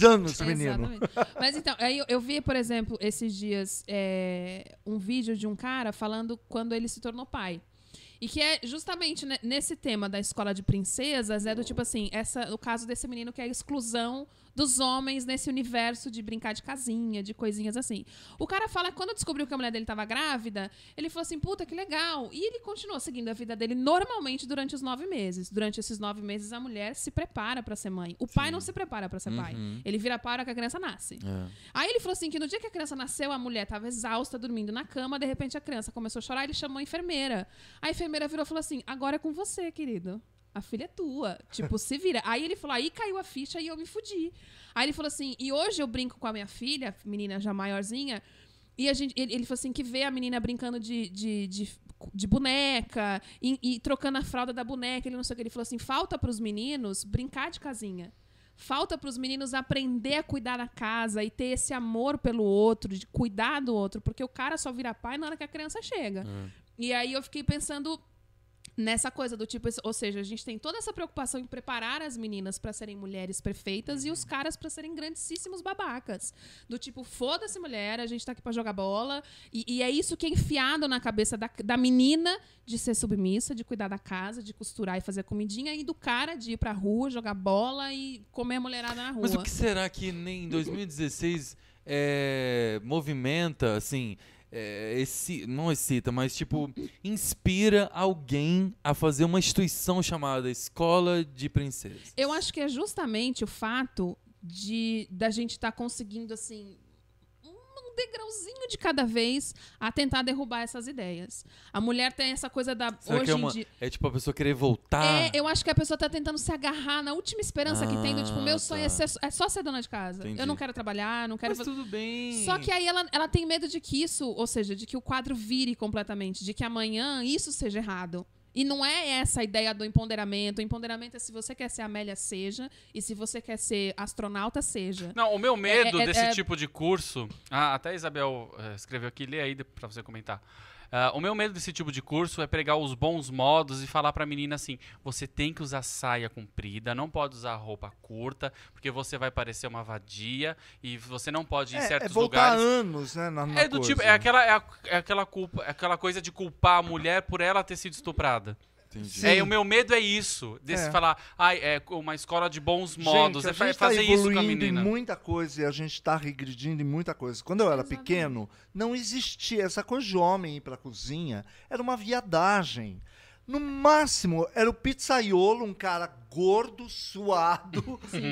Speaker 4: *laughs*
Speaker 5: anos, menino.
Speaker 4: Exatamente. Mas então, aí eu, eu vi, por exemplo, esses dias é, um vídeo de um cara falando quando ele se tornou pai. E que é justamente ne- nesse tema da escola de princesas, é do tipo assim, essa, o caso desse menino que é a exclusão dos homens nesse universo de brincar de casinha, de coisinhas assim. O cara fala que quando descobriu que a mulher dele tava grávida, ele falou assim, puta, que legal. E ele continuou seguindo a vida dele normalmente durante os nove meses. Durante esses nove meses, a mulher se prepara pra ser mãe. O pai não se prepara pra ser pai. Ele vira pai na hora que a criança nasce. Aí ele falou assim que no dia que a criança nasceu, a mulher tava exausta, dormindo na cama, de repente a criança começou a chorar, ele chamou a enfermeira. A enfermeira virou e falou assim: agora é com você, querido. A filha é tua. Tipo, se vira. Aí ele falou, aí caiu a ficha e eu me fudi. Aí ele falou assim, e hoje eu brinco com a minha filha, menina já maiorzinha, e a gente, ele, ele falou assim que vê a menina brincando de, de, de, de boneca e, e trocando a fralda da boneca, ele não sei o que. Ele falou assim, falta pros meninos brincar de casinha. Falta para os meninos aprender a cuidar da casa e ter esse amor pelo outro, de cuidar do outro, porque o cara só vira pai na hora que a criança chega. E aí eu fiquei pensando nessa coisa do tipo, ou seja, a gente tem toda essa preocupação em preparar as meninas pra serem mulheres perfeitas e os caras pra serem grandíssimos babacas. Do tipo, foda-se mulher, a gente tá aqui pra jogar bola. E, e é isso que é enfiado na cabeça da, da menina de ser submissa, de cuidar da casa, de costurar e fazer comidinha, e do cara de ir pra rua, jogar bola e comer a mulherada na rua.
Speaker 6: Mas o que será que nem em 2016 é, movimenta, assim, é, esse, não excita, mas tipo, inspira alguém a fazer uma instituição chamada Escola de Princesas?
Speaker 4: Eu acho que é justamente o fato de da gente estar conseguindo assim um degrauzinho de cada vez a tentar derrubar essas ideias. A mulher tem essa coisa da
Speaker 6: Será
Speaker 4: hoje
Speaker 6: que é,
Speaker 4: em
Speaker 6: uma, Ah.
Speaker 4: dia
Speaker 6: é tipo a pessoa querer voltar?
Speaker 4: é, eu acho que a pessoa tá tentando se agarrar na última esperança que tem do tipo,
Speaker 6: Ah,
Speaker 4: meu sonho é,
Speaker 6: tá.
Speaker 4: ser- é só ser dona de casa.
Speaker 6: Entendi.
Speaker 4: Eu não quero trabalhar, não quero
Speaker 6: Mas
Speaker 4: fazer.
Speaker 6: tudo bem.
Speaker 4: Só que aí ela, ela tem medo de que isso, ou seja, de que o quadro vire completamente, de que amanhã isso seja errado. E não é essa a ideia do empoderamento. O empoderamento é se você quer ser Amélia, seja. E se você quer ser astronauta, seja.
Speaker 3: Não, o meu medo
Speaker 4: É, é,
Speaker 3: desse
Speaker 4: é-
Speaker 3: tipo de curso. Ah, até a Isabel eh, escreveu aqui, lê aí de- pra você comentar. Ah, o meu medo desse tipo de curso é pregar os bons modos e falar pra menina assim: você tem que usar saia comprida, não pode usar roupa curta, porque você vai parecer uma vadia e você não pode ir em
Speaker 5: É, é
Speaker 3: certos
Speaker 5: voltar
Speaker 3: lugares.
Speaker 5: anos, né? Na, na
Speaker 3: É do
Speaker 5: coisa.
Speaker 3: tipo, é aquela, é, a- é aquela culpa, é aquela coisa de culpar a mulher por ela ter sido estuprada.
Speaker 6: Entendi.
Speaker 5: Sim.
Speaker 3: É, e o meu medo é isso, desse
Speaker 5: É.
Speaker 3: falar, ai, é uma escola de bons modos,
Speaker 5: gente,
Speaker 3: é
Speaker 5: a
Speaker 3: fa-
Speaker 5: gente tá
Speaker 3: fazer isso com a
Speaker 5: evoluindo em
Speaker 3: menina.
Speaker 5: muita coisa e a gente tá regredindo em muita coisa. Quando eu era
Speaker 4: Exatamente.
Speaker 5: pequeno, não existia essa coisa de homem ir pra cozinha. Era uma viadagem. No máximo, era o pizzaiolo, um cara gordo, suado,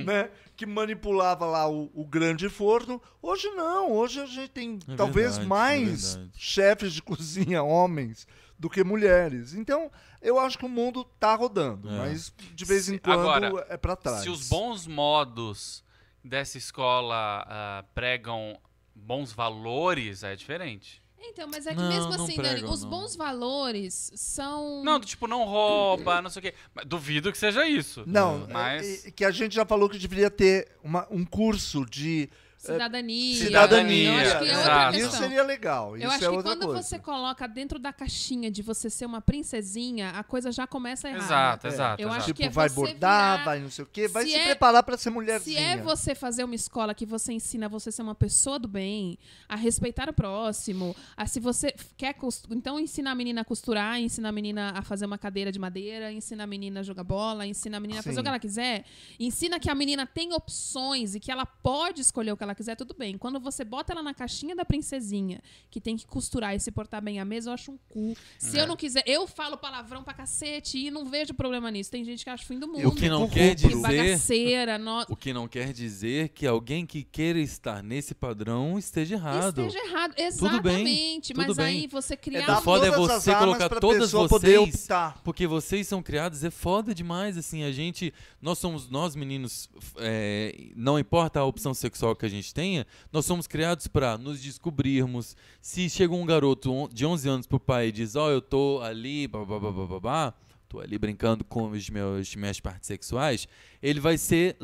Speaker 5: né? Que manipulava lá o, o grande forno. Hoje não, hoje a gente tem
Speaker 6: É
Speaker 5: talvez
Speaker 6: verdade, é
Speaker 5: mais
Speaker 6: verdade.
Speaker 5: chefes de *laughs* cozinha homens do que mulheres. Então, eu acho que o mundo tá rodando,
Speaker 6: É.
Speaker 5: mas de vez em
Speaker 3: Se-
Speaker 5: quando
Speaker 3: agora,
Speaker 5: é pra trás.
Speaker 3: Se os bons modos dessa escola ah, pregam bons valores, aí é diferente.
Speaker 4: Então, mas é que
Speaker 6: Não,
Speaker 4: mesmo
Speaker 6: não
Speaker 4: assim,
Speaker 6: pregam,
Speaker 4: Dani, os
Speaker 6: não.
Speaker 4: bons valores são.
Speaker 3: Não, do tipo, não rouba, não sei o quê. Mas Duvido que seja isso.
Speaker 5: Não,
Speaker 3: Mas.
Speaker 5: é- é que a gente já falou que deveria ter uma- um curso de
Speaker 4: cidadania.
Speaker 5: cidadania.
Speaker 4: Eu acho que é outra
Speaker 3: Exato.
Speaker 5: Isso
Speaker 4: questão.
Speaker 5: seria legal.
Speaker 4: Eu
Speaker 5: isso
Speaker 4: acho
Speaker 5: é
Speaker 4: que
Speaker 5: outra
Speaker 4: quando
Speaker 5: coisa.
Speaker 4: você coloca dentro da caixinha de você ser uma princesinha, a coisa já
Speaker 5: é,
Speaker 4: começa errada.
Speaker 3: Exato, exato.
Speaker 4: Eu acho
Speaker 3: exato.
Speaker 5: tipo,
Speaker 4: que é
Speaker 5: vai
Speaker 4: você
Speaker 5: bordar,
Speaker 4: virar-
Speaker 5: vai não sei o quê, vai
Speaker 4: Se
Speaker 5: se,
Speaker 4: é-
Speaker 5: preparar pra ser mulherzinha.
Speaker 4: Se é você fazer uma escola que você ensina você a ser uma pessoa do bem, a respeitar o próximo, a se você f- quer cos- então ensina a menina a costurar, ensina a menina a fazer uma cadeira de madeira, ensina a menina a jogar bola, ensina a menina a fazer
Speaker 5: Sim.
Speaker 4: o que ela quiser, ensina que a menina tem opções e que ela pode escolher o que ela quiser, tudo bem. Quando você bota ela na caixinha da princesinha, que tem que costurar e se portar bem à mesa, eu acho um cu. Se
Speaker 6: É.
Speaker 4: eu não quiser, eu falo palavrão pra cacete e não vejo problema nisso. Tem gente que acha o fim do mundo.
Speaker 6: O que não
Speaker 5: Fico
Speaker 6: quer
Speaker 5: rubro.
Speaker 4: que
Speaker 6: dizer.
Speaker 4: bagaceira, no...
Speaker 6: O que não quer dizer que alguém que queira estar nesse padrão esteja errado.
Speaker 4: Esteja errado,
Speaker 6: Tudo bem,
Speaker 4: exatamente.
Speaker 6: tudo
Speaker 4: mas
Speaker 6: bem.
Speaker 4: aí você
Speaker 5: É
Speaker 4: criar
Speaker 5: dar
Speaker 6: O foda é
Speaker 5: todas
Speaker 6: você
Speaker 5: as armas
Speaker 6: colocar
Speaker 5: pra
Speaker 6: todas
Speaker 5: pessoa poder
Speaker 6: vocês-
Speaker 5: optar.
Speaker 6: Porque vocês são criados, é foda demais, assim, a gente, nós somos, nós meninos, f- é, não importa a opção sexual que a gente tenha, nós somos criados pra nos descobrirmos, se chega um garoto on- de 11 anos pro pai e diz, ó, eu tô ali, babá, tô ali brincando com os meus, minhas partes sexuais, ele vai ser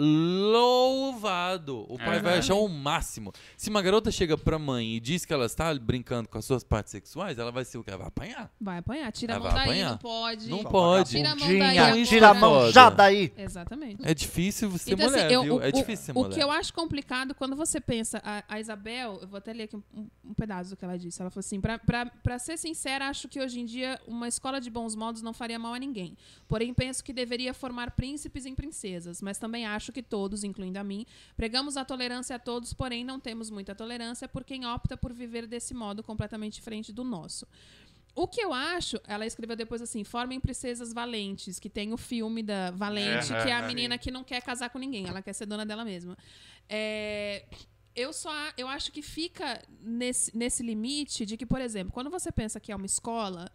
Speaker 6: louvado, o pai vai
Speaker 3: Aham.
Speaker 6: achar o máximo. Se uma garota chega pra mãe e diz que ela está brincando com as suas partes sexuais, ela vai ser o que? Ela vai apanhar.
Speaker 4: Vai apanhar, tira a
Speaker 6: Ah,
Speaker 4: mão
Speaker 6: vai
Speaker 4: daí,
Speaker 6: apanhar?
Speaker 4: não pode.
Speaker 6: Não pode.
Speaker 4: Tira a mão daí
Speaker 5: Bundinha,
Speaker 4: agora.
Speaker 5: tira a mão já daí.
Speaker 4: Exatamente.
Speaker 6: É difícil ser
Speaker 4: Então, assim,
Speaker 6: mulher,
Speaker 4: eu-
Speaker 6: viu?
Speaker 4: o-
Speaker 6: é difícil ser
Speaker 4: O
Speaker 6: mulher.
Speaker 4: que eu acho complicado quando você pensa, a, a Isabel, eu vou até ler aqui um, um- um pedaço do que ela disse. Ela falou assim: pra, pra, pra ser sincera, acho que hoje em dia uma escola de bons modos não faria mal a ninguém. Porém, penso que deveria formar príncipes em princesas, mas também acho que todos, incluindo a mim, pregamos a tolerância a todos, porém não temos muita tolerância por quem opta por viver desse modo completamente diferente do nosso. O que eu acho, ela escreveu depois assim: formem princesas valentes, que tem o filme da Valente, que é a menina que não quer casar com ninguém, ela quer ser dona dela mesma. É, eu só a- eu acho que fica nesse, nesse limite de que, por exemplo, quando você pensa que é uma escola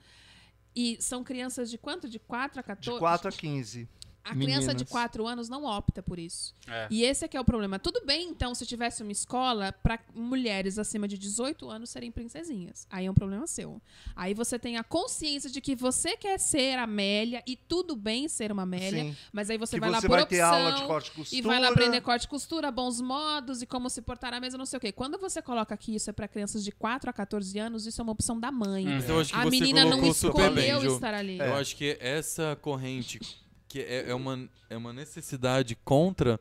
Speaker 4: e são crianças de quanto? De 4 a 14?
Speaker 5: De 4 a 15.
Speaker 4: A criança de
Speaker 5: Meninas.
Speaker 4: 4 anos não opta por isso.
Speaker 3: É.
Speaker 4: E esse é que é o problema. Tudo bem, então, se tivesse uma escola para mulheres acima de 18 anos serem princesinhas. Aí é um problema seu. Aí você tem a consciência de que você quer ser Amélia e tudo bem ser uma Amélia,
Speaker 5: Sim.
Speaker 4: mas aí você
Speaker 5: que
Speaker 4: vai lá
Speaker 5: você
Speaker 4: por
Speaker 5: vai
Speaker 4: opção,
Speaker 5: ter aula de corte e costura.
Speaker 4: e vai lá aprender corte e costura, bons modos e como se portar à mesa, não sei o quê. Quando você coloca que isso é para crianças de 4 a 14 anos, isso é uma opção da mãe.
Speaker 3: Hum.
Speaker 6: Mas eu acho que
Speaker 4: A
Speaker 6: você
Speaker 4: menina não
Speaker 6: colocou super
Speaker 4: escolheu
Speaker 6: bem, Ju.
Speaker 4: estar ali.
Speaker 5: É.
Speaker 6: Eu acho que essa corrente que é, é uma, é uma necessidade contra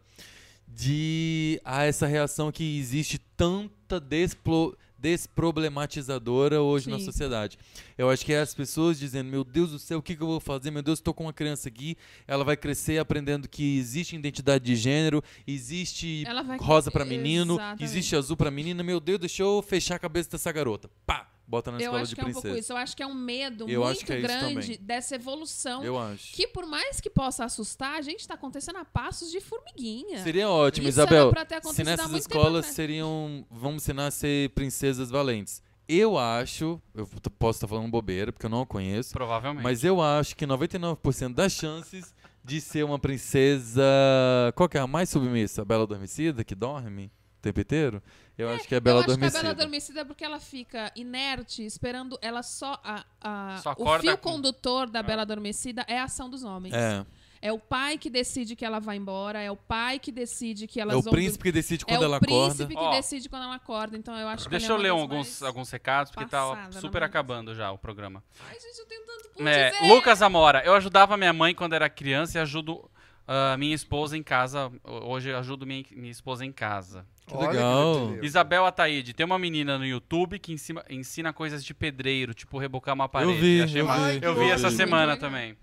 Speaker 6: de a essa reação que existe tanta despro- desproblematizadora hoje na
Speaker 4: Sim.
Speaker 6: sociedade. Eu acho que é as pessoas dizendo, meu Deus do céu, o que, que eu vou fazer? Meu Deus, estou com uma criança aqui, ela vai crescer aprendendo que existe identidade de gênero, existe
Speaker 4: Ela vai
Speaker 6: rosa para
Speaker 4: crescer-
Speaker 6: menino,
Speaker 4: Exatamente.
Speaker 6: existe azul para menina. Meu Deus, deixa eu fechar a cabeça dessa garota. Pá, bota na
Speaker 4: Eu
Speaker 6: escola
Speaker 4: acho
Speaker 6: de
Speaker 4: que é um
Speaker 6: princesa.
Speaker 4: pouco isso. Eu acho que é um medo
Speaker 6: Eu acho
Speaker 4: muito
Speaker 6: que é isso
Speaker 4: grande
Speaker 6: também.
Speaker 4: dessa evolução.
Speaker 6: Eu acho.
Speaker 4: Que por mais que possa assustar, a gente tá acontecendo a passos de formiguinha.
Speaker 6: Seria ótimo,
Speaker 4: Isso
Speaker 6: Isabel.
Speaker 4: era pra ter
Speaker 6: se
Speaker 4: acontecido há
Speaker 6: nessas
Speaker 4: muito tempo
Speaker 6: escolas
Speaker 4: atrás.
Speaker 6: seriam. Vamos ensinar a ser princesas valentes. Eu acho. Eu t- posso estar falando bobeira, porque eu não a conheço.
Speaker 3: Provavelmente.
Speaker 6: Mas eu acho que 99% das chances de ser uma princesa. Qual que é a mais submissa? A Bela Adormecida, que dorme o tempo inteiro? Eu acho que é a Bela
Speaker 4: eu acho que a
Speaker 6: Adormecida.
Speaker 4: Bela Adormecida é porque ela fica inerte, esperando. Ela só. A, a-
Speaker 3: Só
Speaker 4: o
Speaker 3: acorda
Speaker 4: fio
Speaker 3: com- Ah.
Speaker 4: condutor da Bela Adormecida é a ação dos homens.
Speaker 6: É.
Speaker 4: É o pai que decide que ela vai embora, é o pai que decide que elas
Speaker 6: É o
Speaker 4: vão.
Speaker 6: príncipe que decide
Speaker 4: É
Speaker 6: quando
Speaker 4: o
Speaker 6: ela
Speaker 4: príncipe
Speaker 6: acorda.
Speaker 4: que
Speaker 3: Ó.
Speaker 4: decide quando ela acorda, então eu acho que
Speaker 3: Deixa
Speaker 4: ela
Speaker 3: eu
Speaker 4: é uma
Speaker 3: ler
Speaker 4: das
Speaker 3: alguns,
Speaker 4: mais-
Speaker 3: alguns recados, porque tá
Speaker 4: passada Um na
Speaker 3: super
Speaker 4: mão.
Speaker 3: acabando já o programa.
Speaker 4: Ai, gente, eu tenho tanto por
Speaker 3: É,
Speaker 4: dizer.
Speaker 3: Lucas Amora, eu ajudava minha mãe quando era criança e ajudo ah, minha esposa em casa. Hoje eu ajudo minha, minha esposa em casa.
Speaker 5: Olha que
Speaker 6: legal.
Speaker 5: beleza.
Speaker 3: Isabel Ataíde, tem uma menina no YouTube que ensina, ensina coisas de pedreiro, tipo rebocar uma parede.
Speaker 6: vi,
Speaker 3: Achei
Speaker 6: eu
Speaker 3: ma-
Speaker 5: vi.
Speaker 3: eu vi
Speaker 5: Ai,
Speaker 3: essa
Speaker 5: que
Speaker 3: semana
Speaker 4: legal.
Speaker 3: também.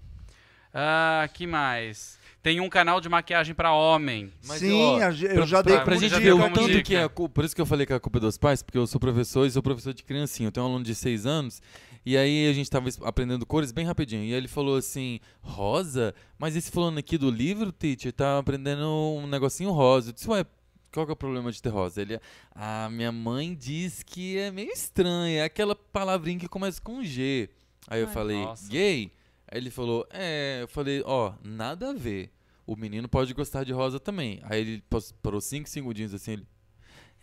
Speaker 3: Ah, que mais? Tem um canal de maquiagem pra homem.
Speaker 5: Sim,
Speaker 6: ó,
Speaker 5: a ge- eu
Speaker 6: pra-
Speaker 5: já dei
Speaker 6: pra, pra
Speaker 5: como
Speaker 6: gente
Speaker 5: dica.
Speaker 6: ver o
Speaker 3: Como
Speaker 6: tanto
Speaker 3: dica.
Speaker 6: que é a culpa. Por isso que eu falei que é a culpa dos pais, porque eu sou professor e sou professor de criancinha. Eu tenho um aluno de 6 anos e aí a gente tava es- aprendendo cores bem rapidinho. E aí ele falou assim: rosa? Mas esse fulano aqui do livro, teacher, tá aprendendo um negocinho rosa. Eu disse: ué. Qual que é o problema de ter rosa? Ele, ah, minha mãe diz que é meio estranho, é aquela palavrinha que começa com G. Aí eu
Speaker 4: Ai.
Speaker 6: falei,
Speaker 3: Nossa.
Speaker 6: gay? Aí ele falou, é, eu falei, ó, nada a ver. O menino pode gostar de rosa também. Aí ele pas- parou cinco segundinhos assim, ele.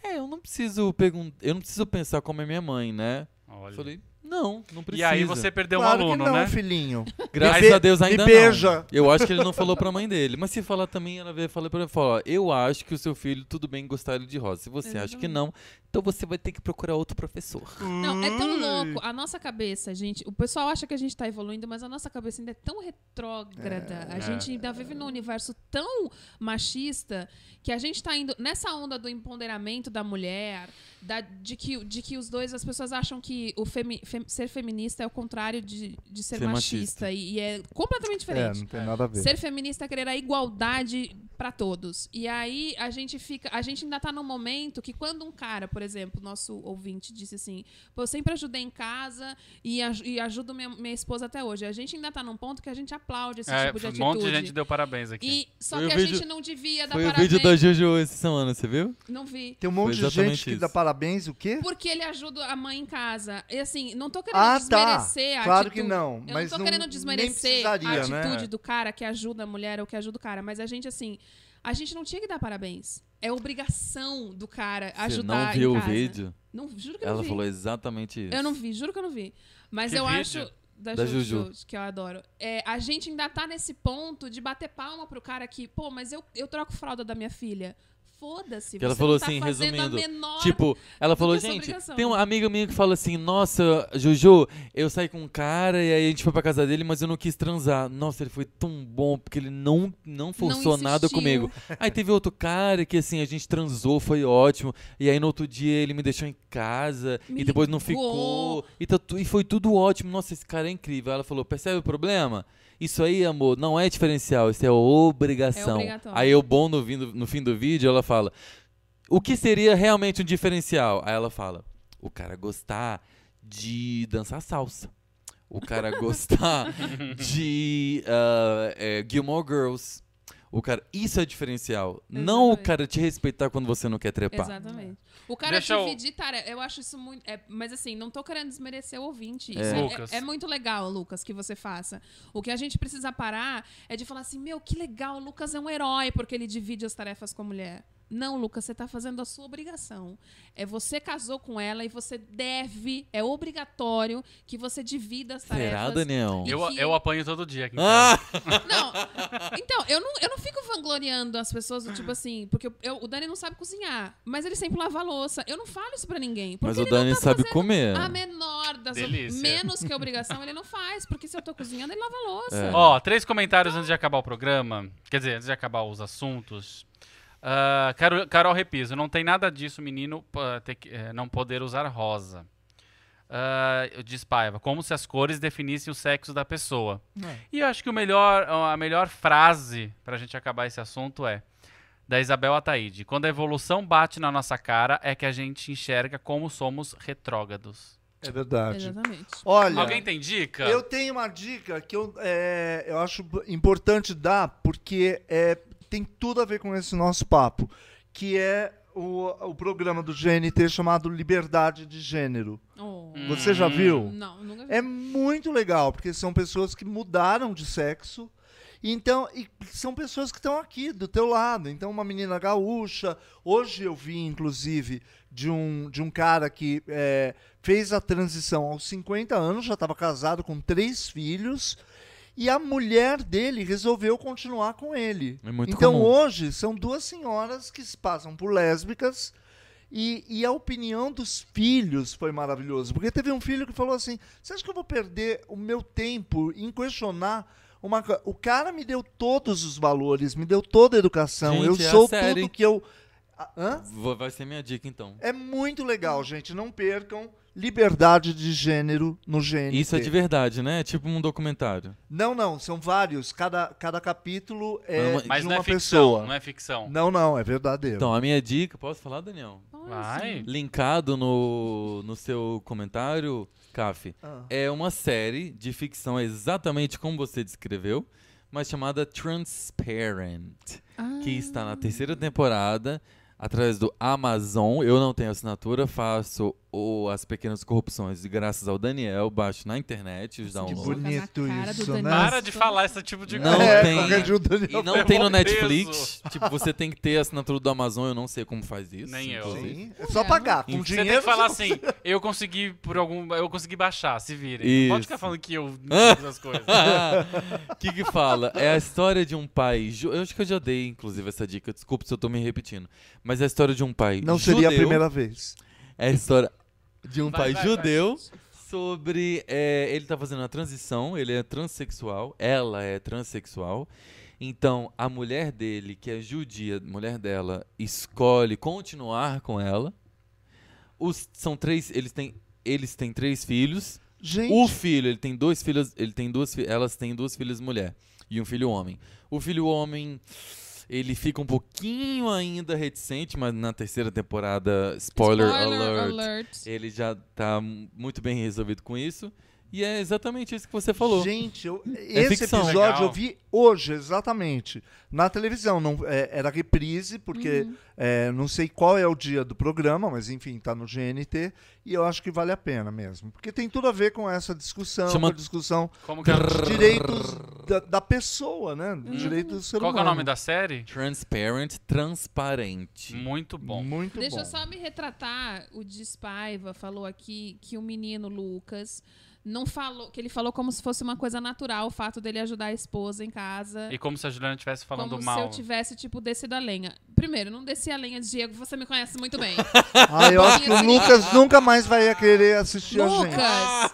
Speaker 6: É, eu não preciso perguntar. Eu não preciso pensar como é minha mãe, né?
Speaker 3: Olha.
Speaker 6: Eu falei, não, não
Speaker 3: E
Speaker 6: precisa.
Speaker 3: aí você perdeu um
Speaker 5: Claro
Speaker 3: aluno,
Speaker 5: que não,
Speaker 3: né?
Speaker 5: filhinho.
Speaker 6: Graças
Speaker 5: Me be-
Speaker 6: a Deus
Speaker 5: me
Speaker 6: ainda
Speaker 5: beija.
Speaker 6: não. Eu acho que ele não falou pra mãe dele. Mas se falar também, ela veio falar pra mim, fala, ó, eu acho que o seu filho tudo bem gostar de rosa. Se você acha que
Speaker 4: Uhum.
Speaker 6: não, então você vai ter que procurar outro professor.
Speaker 4: Não, é
Speaker 6: Hum.
Speaker 4: tão louco. A nossa cabeça, gente. O pessoal acha que a gente tá evoluindo, mas a nossa cabeça ainda é tão retrógrada.
Speaker 6: É,
Speaker 4: a gente ainda vive num universo tão machista que a gente tá indo nessa onda do empoderamento da mulher, da- de, que, de que os dois, as pessoas acham que o femi- fem- ser feminista é o contrário de, de ser,
Speaker 6: Ser
Speaker 4: machista.
Speaker 6: machista.
Speaker 4: E, e é completamente
Speaker 5: É,
Speaker 4: diferente.
Speaker 5: não tem nada a ver.
Speaker 4: Ser feminista é querer a igualdade pra todos. E aí a gente fica, a gente ainda tá num momento que quando um cara, por exemplo, nosso ouvinte disse assim, Pô, eu sempre ajudei em casa e, aj- e ajudo minha, minha esposa até hoje. A gente ainda tá num ponto que a gente aplaude esse
Speaker 3: É,
Speaker 4: tipo de
Speaker 3: um
Speaker 4: atitude.
Speaker 3: monte de gente deu parabéns aqui.
Speaker 4: E só
Speaker 6: Foi
Speaker 4: que
Speaker 6: o
Speaker 4: a
Speaker 6: vídeo-
Speaker 4: gente não devia dar
Speaker 6: Foi o
Speaker 4: parabéns.
Speaker 6: vídeo da Juju essa semana, você viu?
Speaker 4: Não vi.
Speaker 5: Tem um monte de
Speaker 6: exatamente
Speaker 5: gente que
Speaker 6: isso.
Speaker 5: dá parabéns, o quê?
Speaker 4: Porque ele ajuda a mãe em casa. E assim, não tô querendo
Speaker 5: Ah, tá.
Speaker 4: desmerecer a
Speaker 5: Claro
Speaker 4: atitude.
Speaker 5: que não,
Speaker 4: Eu
Speaker 5: mas
Speaker 4: não tô
Speaker 5: não-
Speaker 4: querendo
Speaker 5: nem
Speaker 4: desmerecer a
Speaker 5: precisaria, né?
Speaker 4: atitude
Speaker 5: É.
Speaker 4: do cara que ajuda a mulher ou que ajuda o cara. Mas a gente, assim, a gente não tinha que dar parabéns. É obrigação do cara
Speaker 6: você
Speaker 4: ajudar
Speaker 6: não viu
Speaker 4: em
Speaker 6: o
Speaker 4: casa.
Speaker 6: vídeo?
Speaker 4: Não, juro que eu não
Speaker 6: Ela
Speaker 4: vi.
Speaker 6: falou exatamente isso.
Speaker 4: Eu não vi, juro que eu não vi. Mas
Speaker 3: Que
Speaker 4: eu
Speaker 3: vídeo?
Speaker 4: acho. Da,
Speaker 6: Da
Speaker 4: Juju,
Speaker 6: Juju.
Speaker 4: que eu adoro. É, a gente ainda tá nesse ponto de bater palma pro cara que, pô, mas eu, eu troco fralda da minha filha. Foda-se.
Speaker 6: Que ela
Speaker 4: você
Speaker 6: falou
Speaker 4: não tá
Speaker 6: assim,
Speaker 4: fazendo a
Speaker 6: resumindo,
Speaker 4: menor
Speaker 6: Tipo, ela falou,
Speaker 4: essa
Speaker 6: gente,
Speaker 4: obrigação,
Speaker 6: tem uma
Speaker 4: né?"
Speaker 6: amiga minha que fala assim, nossa, Juju, eu saí com um cara e aí a gente foi pra casa dele, mas eu não quis transar. Nossa, ele foi tão bom, porque ele não, não forçou nada
Speaker 4: insistiu.
Speaker 6: comigo. Aí teve outro cara que, assim, a gente transou, foi ótimo. E aí no outro dia ele me deixou em casa
Speaker 4: Me
Speaker 6: e depois não
Speaker 4: ligou.
Speaker 6: ficou. E, tá tu- e foi tudo ótimo. Nossa, esse cara é incrível. Ela falou, percebe o problema? Isso aí, amor, não é diferencial, isso é
Speaker 4: É
Speaker 6: obrigação.
Speaker 4: obrigatório.
Speaker 6: aí o bom no, vim do- no fim do vídeo, ela fala: O que seria realmente um diferencial? Aí ela fala: O cara gostar de dançar salsa.
Speaker 4: *laughs*
Speaker 6: O cara gostar de ah, é, Gilmore Girls. O cara, isso é diferencial. Não o
Speaker 4: Exatamente.
Speaker 6: cara te respeitar quando você não quer trepar.
Speaker 4: Exatamente. O cara
Speaker 3: Deixa eu-
Speaker 4: dividir tarefa. Eu acho isso muito. é, mas assim, não tô querendo desmerecer o ouvinte. Isso
Speaker 6: É.
Speaker 4: é-
Speaker 3: Lucas.
Speaker 4: É, é muito legal, Lucas, que você faça. O que a gente precisa parar é de falar assim: meu, que legal, o Lucas é um herói porque ele divide as tarefas com a mulher. Não, Lucas, você tá fazendo a sua obrigação. É você casou com ela e você deve, é obrigatório que você divida as tarefas.
Speaker 6: Será, Daniel?
Speaker 4: E
Speaker 3: Eu,
Speaker 4: que-
Speaker 3: eu apanho todo dia aqui. em
Speaker 6: Ah!
Speaker 4: não, então, eu não, eu não fico vangloriando as pessoas, do tipo assim, porque eu- eu- o Dani não sabe cozinhar, mas ele sempre lava a louça. Eu não falo isso pra ninguém. Porque
Speaker 6: Mas o
Speaker 4: ele não
Speaker 6: Dani
Speaker 4: tá
Speaker 6: sabe
Speaker 4: fazendo
Speaker 6: comer.
Speaker 4: A menor das
Speaker 3: Delícia.
Speaker 4: menos que obrigação ele não faz, porque se eu tô cozinhando, ele lava a louça.
Speaker 3: Ó,
Speaker 5: É.
Speaker 3: três comentários antes de acabar o programa. Quer dizer, antes de acabar os assuntos. Ah, Carol, Carol Repiso, não tem nada disso, menino, pa- ter que- eh, não poder usar rosa. Ah, diz Paiva, como se as cores definissem o sexo da pessoa.
Speaker 5: É.
Speaker 3: E eu acho que o melhor, a melhor frase pra gente acabar esse assunto é da Isabel Ataíde. Quando a evolução bate na nossa cara, é que a gente enxerga como somos retrógrados.
Speaker 5: É verdade.
Speaker 4: Exatamente.
Speaker 5: Olha,
Speaker 3: Alguém tem dica?
Speaker 5: eu tenho uma dica que eu, é, eu acho b- importante dar, porque é, tem tudo a ver com esse nosso papo, que é o, o programa do GNT chamado Liberdade de Gênero.
Speaker 4: Oh.
Speaker 5: Você já viu?
Speaker 3: Hum.
Speaker 4: Não, nunca vi.
Speaker 5: É muito legal, porque são pessoas que mudaram de sexo. Então, e são pessoas que estão aqui, do teu lado. Então, uma menina gaúcha. Hoje eu vi, inclusive, de um, de um cara que é, fez a transição aos 50 anos, já estava casado com três filhos. E a mulher dele resolveu continuar com ele.
Speaker 6: É muito
Speaker 5: então,
Speaker 6: comum.
Speaker 5: hoje, são duas senhoras que se passam por lésbicas. E, e a opinião dos filhos foi maravilhosa. Porque teve um filho que falou assim: Você acha que eu vou perder o meu tempo em questionar uma co- O cara me deu todos os valores, me deu toda a educação.
Speaker 6: Gente,
Speaker 5: eu
Speaker 6: é a
Speaker 5: sou
Speaker 6: série.
Speaker 5: tudo que eu. Ah, Hã?
Speaker 6: Vou- Vai ser minha dica, então.
Speaker 5: É muito legal, gente. Não percam liberdade de gênero no gênero.
Speaker 6: Isso é de verdade, né? É tipo um documentário.
Speaker 5: Não, não, são vários. Cada, cada capítulo é
Speaker 6: Mas-
Speaker 5: de
Speaker 3: Mas
Speaker 5: uma
Speaker 3: não é ficção,
Speaker 5: pessoa.
Speaker 3: não é ficção.
Speaker 5: Não, não, é verdadeiro. *laughs*
Speaker 6: Então, a minha dica, posso falar, Daniel?
Speaker 3: Vai.
Speaker 6: Linkado no, no seu comentário, Caf,
Speaker 5: Ah.
Speaker 6: é uma série de ficção exatamente como você descreveu, mas chamada Transparent.
Speaker 4: Ah,
Speaker 6: que está na terceira temporada, através do Amazon. Eu não tenho assinatura, faço o- as pequenas corrupções, e graças ao Daniel, baixo na internet, os
Speaker 5: que
Speaker 4: Soca
Speaker 6: downloads.
Speaker 5: bonito.
Speaker 4: na cara do
Speaker 5: isso,
Speaker 4: Daniel.
Speaker 5: né?
Speaker 3: Para de falar esse tipo de
Speaker 6: Não
Speaker 5: é,
Speaker 6: tem-
Speaker 5: qualquer dia o Daniel
Speaker 6: E não
Speaker 5: vai-
Speaker 3: Eu
Speaker 6: tem no
Speaker 3: vou preso.
Speaker 6: Netflix. Tipo, você tem que ter a assinatura do Amazon, eu não sei como faz isso.
Speaker 3: Nem eu.
Speaker 6: inclusive.
Speaker 5: Sim, é só pagar. Com
Speaker 3: Você
Speaker 5: dinheiro.
Speaker 3: tem que falar
Speaker 5: você-
Speaker 3: assim, eu consegui por algum. Eu consegui baixar, se virem. Não Pode
Speaker 6: Isso.
Speaker 3: ficar falando que eu não fiz as coisas.
Speaker 6: O *laughs* que que fala? É a história de um pai. ju- Eu acho que eu já dei, inclusive, essa dica. Desculpa se eu tô me repetindo. Mas é a história de um pai.
Speaker 5: Não seria a
Speaker 6: judeu.
Speaker 5: primeira vez.
Speaker 6: É a história de um pai
Speaker 3: Vai, vai, vai.
Speaker 6: judeu sobre. é, ele tá fazendo a transição, ele é transexual, ela é transexual. Então, a mulher dele, que é judia, mulher dela, escolhe continuar com ela. Os, são três. Eles têm, eles têm três filhos.
Speaker 5: Gente,
Speaker 6: O filho, ele tem dois filhos, ele tem duas, fi- elas têm duas filhas mulher e um filho homem. O filho homem, ele fica um pouquinho ainda reticente, mas na terceira temporada, spoiler, alert, ele já tá muito bem resolvido com isso. E é exatamente isso que você falou.
Speaker 5: Gente, eu-
Speaker 6: É
Speaker 5: esse
Speaker 6: ficção.
Speaker 5: episódio
Speaker 3: Legal.
Speaker 5: eu vi hoje, exatamente. Na televisão. Não, é, era reprise, porque
Speaker 4: Uhum.
Speaker 5: é, não sei qual é o dia do programa, mas enfim, tá no GNT. E eu acho que vale a pena mesmo. Porque tem tudo a ver com essa discussão,
Speaker 6: Chama-
Speaker 5: com a discussão
Speaker 3: Como que é,
Speaker 5: dos direitos da, da pessoa, né?
Speaker 4: Uhum.
Speaker 5: Direito do ser
Speaker 3: qual
Speaker 5: humano.
Speaker 3: que é o nome da série?
Speaker 6: Transparent, transparente.
Speaker 3: Muito bom.
Speaker 5: Muito
Speaker 4: Deixa
Speaker 5: bom.
Speaker 4: eu só me retratar. O Despaiva falou aqui que o menino Lucas não falou, que ele falou como se fosse uma coisa natural o fato dele ajudar a esposa em casa.
Speaker 3: E como se a Juliana estivesse falando
Speaker 4: como se eu
Speaker 3: mal.
Speaker 4: tivesse, tipo, descido a lenha. Primeiro, não desci a lenha, Diego, você me conhece muito
Speaker 3: *laughs*
Speaker 4: bem.
Speaker 5: Ah, eu acho que o Lucas nunca mais vai querer assistir a gente.
Speaker 4: Lucas,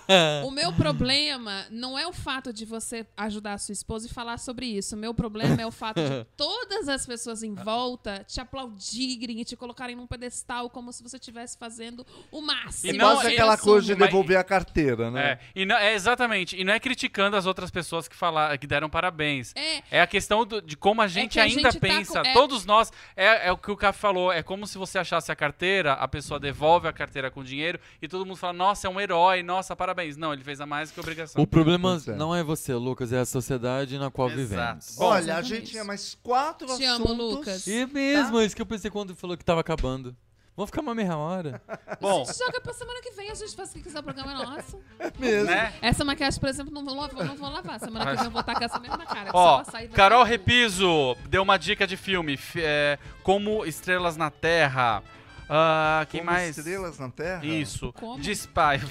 Speaker 3: Ah!
Speaker 4: o meu problema não é o fato de você ajudar a sua esposa e falar sobre isso. O meu problema é o fato
Speaker 3: *laughs*
Speaker 4: de todas as pessoas em volta te aplaudirem e te colocarem num pedestal como se você estivesse fazendo o máximo.
Speaker 3: E
Speaker 5: E
Speaker 3: não,
Speaker 5: Quase
Speaker 3: é-
Speaker 5: aquela
Speaker 4: Isso.
Speaker 5: coisa de
Speaker 3: mas-
Speaker 5: devolver a carteira, né?
Speaker 3: É, e não- é, exatamente. E não é criticando as outras pessoas que falaram, que deram parabéns.
Speaker 4: É,
Speaker 3: É a questão do- de como a gente
Speaker 4: que a
Speaker 3: ainda
Speaker 4: gente tá
Speaker 3: pensa.
Speaker 4: com- é-
Speaker 3: Todos nós. É, é o que o Café falou, é como se você achasse a carteira, a pessoa devolve a carteira com dinheiro e todo mundo fala, nossa, é um herói, nossa, parabéns. Não, ele fez a mais que obrigação.
Speaker 6: O problema
Speaker 5: Pois é.
Speaker 6: não é você, Lucas, é a sociedade na qual
Speaker 3: Exato.
Speaker 6: vivemos.
Speaker 3: Bom,
Speaker 5: Olha, a
Speaker 4: exatamente.
Speaker 5: gente tinha mais quatro
Speaker 4: Te amo,
Speaker 5: assuntos.
Speaker 4: Lucas.
Speaker 6: E mesmo, isso que eu pensei quando falou que tava acabando. Vamos ficar uma meia hora.
Speaker 3: Bom,
Speaker 4: A gente joga pra semana que vem, a gente faz o que quiser, o programa é nosso.
Speaker 5: Mesmo.
Speaker 3: né?
Speaker 4: Essa maquiagem, por exemplo, não vou, lavar- não vou lavar. Semana que vem eu vou tacar essa mesma cara. que só
Speaker 3: Ó,
Speaker 4: passar e vai
Speaker 3: Carol
Speaker 4: dar.
Speaker 3: Repiso deu uma dica de filme, fi- é, Como Estrelas na Terra. Ah, quem
Speaker 5: Como
Speaker 3: mais?
Speaker 5: Estrelas na Terra?
Speaker 3: Isso.
Speaker 4: Como? *laughs*
Speaker 3: Despaiva.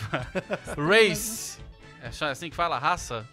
Speaker 3: Race. É só assim que fala? Raça?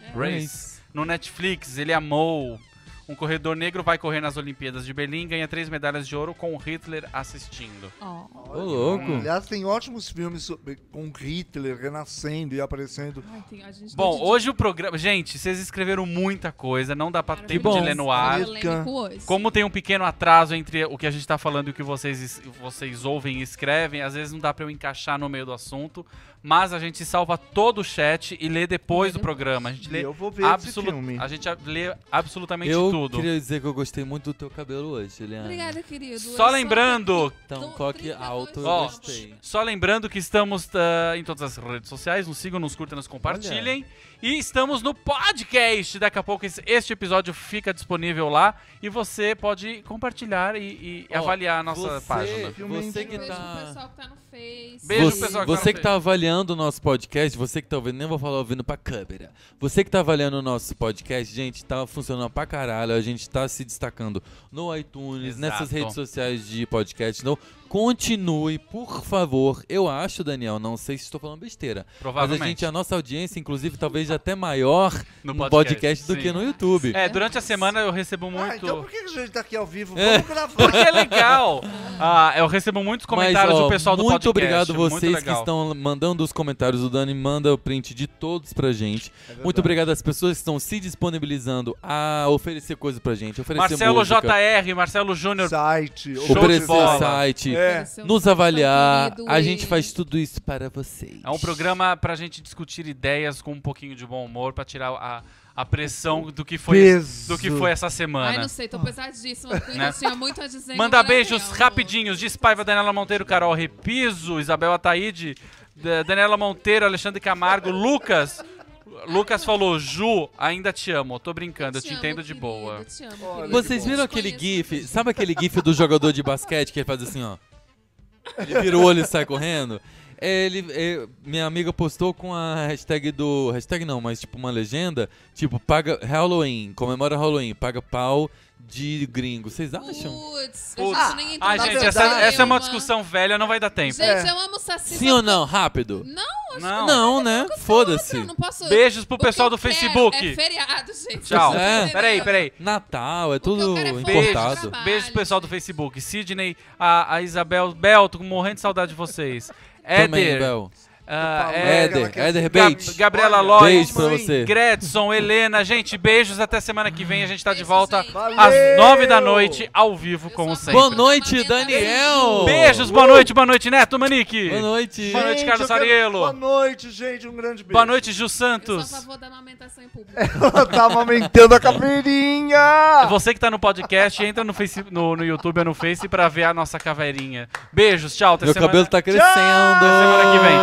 Speaker 6: É.
Speaker 3: Race. No Netflix, ele amou. Um corredor negro vai correr nas Olimpíadas de Berlim, ganha três medalhas de ouro com o Hitler assistindo.
Speaker 4: Ó,
Speaker 6: Ô, louco.
Speaker 5: Aliás, tem ótimos filmes sobre- com Hitler renascendo e aparecendo.
Speaker 4: ai, tem- a gente
Speaker 3: Bom,
Speaker 4: tem
Speaker 3: hoje o programa. Gente, vocês escreveram muita coisa, não dá pra
Speaker 4: cara,
Speaker 3: tempo
Speaker 4: foi
Speaker 3: de
Speaker 6: bom.
Speaker 3: ler no
Speaker 4: é polêmico
Speaker 3: ar.
Speaker 4: hoje.
Speaker 3: Como tem um pequeno atraso entre o que a gente tá falando e o que vocês, es- vocês ouvem e escrevem, às vezes não dá pra eu encaixar no meio do assunto, mas a gente salva todo o chat e lê depois do programa. A gente
Speaker 5: Uhum. E
Speaker 3: lê
Speaker 5: eu vou ver
Speaker 3: absolu-
Speaker 5: esse filme.
Speaker 3: a gente a- lê absolutamente
Speaker 6: Eu
Speaker 3: tudo.
Speaker 6: queria dizer que eu gostei muito do teu cabelo hoje, Eliana.
Speaker 4: Obrigada, querido. É
Speaker 3: Só lembrando,
Speaker 6: Então, toque alto, eu
Speaker 3: Ó,
Speaker 6: gostei.
Speaker 3: só lembrando que estamos tá, em todas as redes sociais, nos sigam, nos curtam, nos compartilhem. E estamos no podcast. Daqui a pouco esse- este episódio fica disponível lá e você pode compartilhar e, e
Speaker 6: Ó,
Speaker 3: avaliar a nossa
Speaker 6: você-
Speaker 3: página.
Speaker 6: Você que
Speaker 4: Beijo pro
Speaker 6: tá...
Speaker 4: pessoal que tá no Face.
Speaker 3: Beijo,
Speaker 6: você,
Speaker 3: pessoal que tá no
Speaker 6: você que
Speaker 3: Face.
Speaker 6: tá avaliando o nosso podcast, você que tá ouvindo, nem vou falar ouvindo pra câmera. Você que tá avaliando o nosso podcast, gente, tá funcionando pra caralho. A gente tá se destacando no iTunes,
Speaker 3: Exato.
Speaker 6: nessas redes sociais de podcast. Então, continue, por favor. Eu acho, Daniel, não sei se estou falando besteira. Mas a
Speaker 3: Provavelmente.
Speaker 6: gente, a nossa audiência, inclusive, talvez até maior
Speaker 3: No
Speaker 6: no,
Speaker 3: podcast,
Speaker 6: podcast, do que
Speaker 3: sim.
Speaker 6: no YouTube.
Speaker 3: É, durante a semana eu recebo muito.
Speaker 5: Ah, então por que a gente tá aqui ao vivo?
Speaker 6: É.
Speaker 5: Vamos gravar.
Speaker 3: Porque é legal! Ah, eu recebo muitos comentários
Speaker 6: Mas, ó,
Speaker 3: do pessoal do
Speaker 6: muito
Speaker 3: podcast.
Speaker 6: obrigado vocês que
Speaker 3: legal.
Speaker 6: estão mandando os comentários. O Dani manda o print de todos pra gente. muito obrigado às pessoas que estão se disponibilizando a oferecer coisa pra gente. Oferecer
Speaker 3: Marcelo
Speaker 6: música,
Speaker 3: JR, Marcelo Júnior.
Speaker 5: Site.
Speaker 3: Show de
Speaker 6: oferecer
Speaker 3: bola. tá
Speaker 6: site,
Speaker 5: É.
Speaker 6: nos avaliar. A gente faz tudo isso para vocês.
Speaker 3: É um programa pra gente discutir ideias com um pouquinho de bom humor, pra tirar a, a pressão do que foi
Speaker 5: Peso.
Speaker 3: do que foi essa
Speaker 6: né?
Speaker 4: Ai,
Speaker 3: semana.
Speaker 4: não sei, tô pesadíssima. porque Eu tinha muito a dizer. e
Speaker 3: Né? Manda
Speaker 4: não era
Speaker 3: beijos
Speaker 4: tempo.
Speaker 3: rapidinhos. Diz Paiva, Daniela Monteiro, Carol Repiso, Isabel Ataíde, Da- Daniela Monteiro, Alexandre Camargo, Lucas. Lucas falou, Ju, ainda te amo. Tô brincando, eu te
Speaker 4: amo,
Speaker 3: entendo de
Speaker 4: querido,
Speaker 3: boa.
Speaker 4: Te amo,
Speaker 5: Olha,
Speaker 4: querido.
Speaker 6: Vocês viram aquele
Speaker 4: Desconheço
Speaker 6: gif? Sabe aquele gif do jogador de basquete que ele faz assim, ó? Ele vira o olho e sai correndo? Ele, é, minha amiga postou com a hashtag do. Hashtag não, mas tipo uma legenda. Tipo, paga Halloween, comemora Halloween, paga pau de gringo. Vocês acham?
Speaker 4: Putz, eu
Speaker 3: Putz.
Speaker 4: já nem entrou
Speaker 3: Ah,
Speaker 4: na
Speaker 3: gente,
Speaker 5: verdade,
Speaker 3: essa, essa é uma
Speaker 4: nenhuma.
Speaker 3: discussão velha, não vai dar tempo.
Speaker 4: Gente, eu amo Saci.
Speaker 6: Sim ou não? Rápido.
Speaker 4: Não, acho
Speaker 3: Não.
Speaker 6: Não, né?
Speaker 4: que
Speaker 6: Foda-se.
Speaker 4: Eu não posso.
Speaker 3: Beijos pro
Speaker 4: O que
Speaker 3: pessoal
Speaker 4: eu
Speaker 3: do
Speaker 4: quero
Speaker 3: Facebook.
Speaker 4: É feriado, gente.
Speaker 3: Tchau.
Speaker 6: É.
Speaker 3: Peraí, peraí.
Speaker 6: Natal, é
Speaker 4: que eu
Speaker 6: tudo
Speaker 4: quero é folga de
Speaker 6: importado.
Speaker 4: trabalho.
Speaker 3: Beijo pro pessoal do Facebook. Sidney, a, a Isabel, Bel, tô morrendo de saudade de vocês.
Speaker 6: Também,
Speaker 3: Éder,
Speaker 6: Bel.
Speaker 3: ah,
Speaker 5: É,
Speaker 3: Éder,
Speaker 5: ela
Speaker 6: Éder,
Speaker 5: quer
Speaker 6: Éder,
Speaker 5: ser-
Speaker 3: Gab-
Speaker 6: beijo.
Speaker 3: Gabriela
Speaker 5: Olha,
Speaker 3: Lóis,
Speaker 6: Beijo pra
Speaker 5: mãe.
Speaker 6: você.
Speaker 3: Gretson, Helena. Gente, beijos até semana que vem. A gente tá de
Speaker 4: Beijo,
Speaker 3: volta
Speaker 4: gente.
Speaker 3: às
Speaker 5: Valeu!
Speaker 3: nove da noite, ao vivo,
Speaker 4: Eu
Speaker 3: como
Speaker 4: sou a
Speaker 3: sempre.
Speaker 6: Boa
Speaker 4: Bom-
Speaker 6: noite, Daniel!
Speaker 3: Beijos, boa noite, boa noite, Neto Manique.
Speaker 6: Boa noite.
Speaker 3: Boa noite,
Speaker 5: Gente,
Speaker 3: Carlos
Speaker 5: eu quero-
Speaker 3: Ariello.
Speaker 5: Boa noite, gente. Um grande beijo.
Speaker 3: Boa noite, Ju
Speaker 4: Eu sou a
Speaker 3: Santos.
Speaker 4: favor da amamentação em público.
Speaker 5: *laughs* Ela tá amamentando a caveirinha.
Speaker 3: Você que tá no podcast, entra no, Face, no, no YouTube ou no Face pra ver a nossa caveirinha. Beijos, tchau. Até
Speaker 6: Meu
Speaker 3: semana-
Speaker 6: cabelo tá crescendo.
Speaker 3: semana que vem,
Speaker 6: *laughs*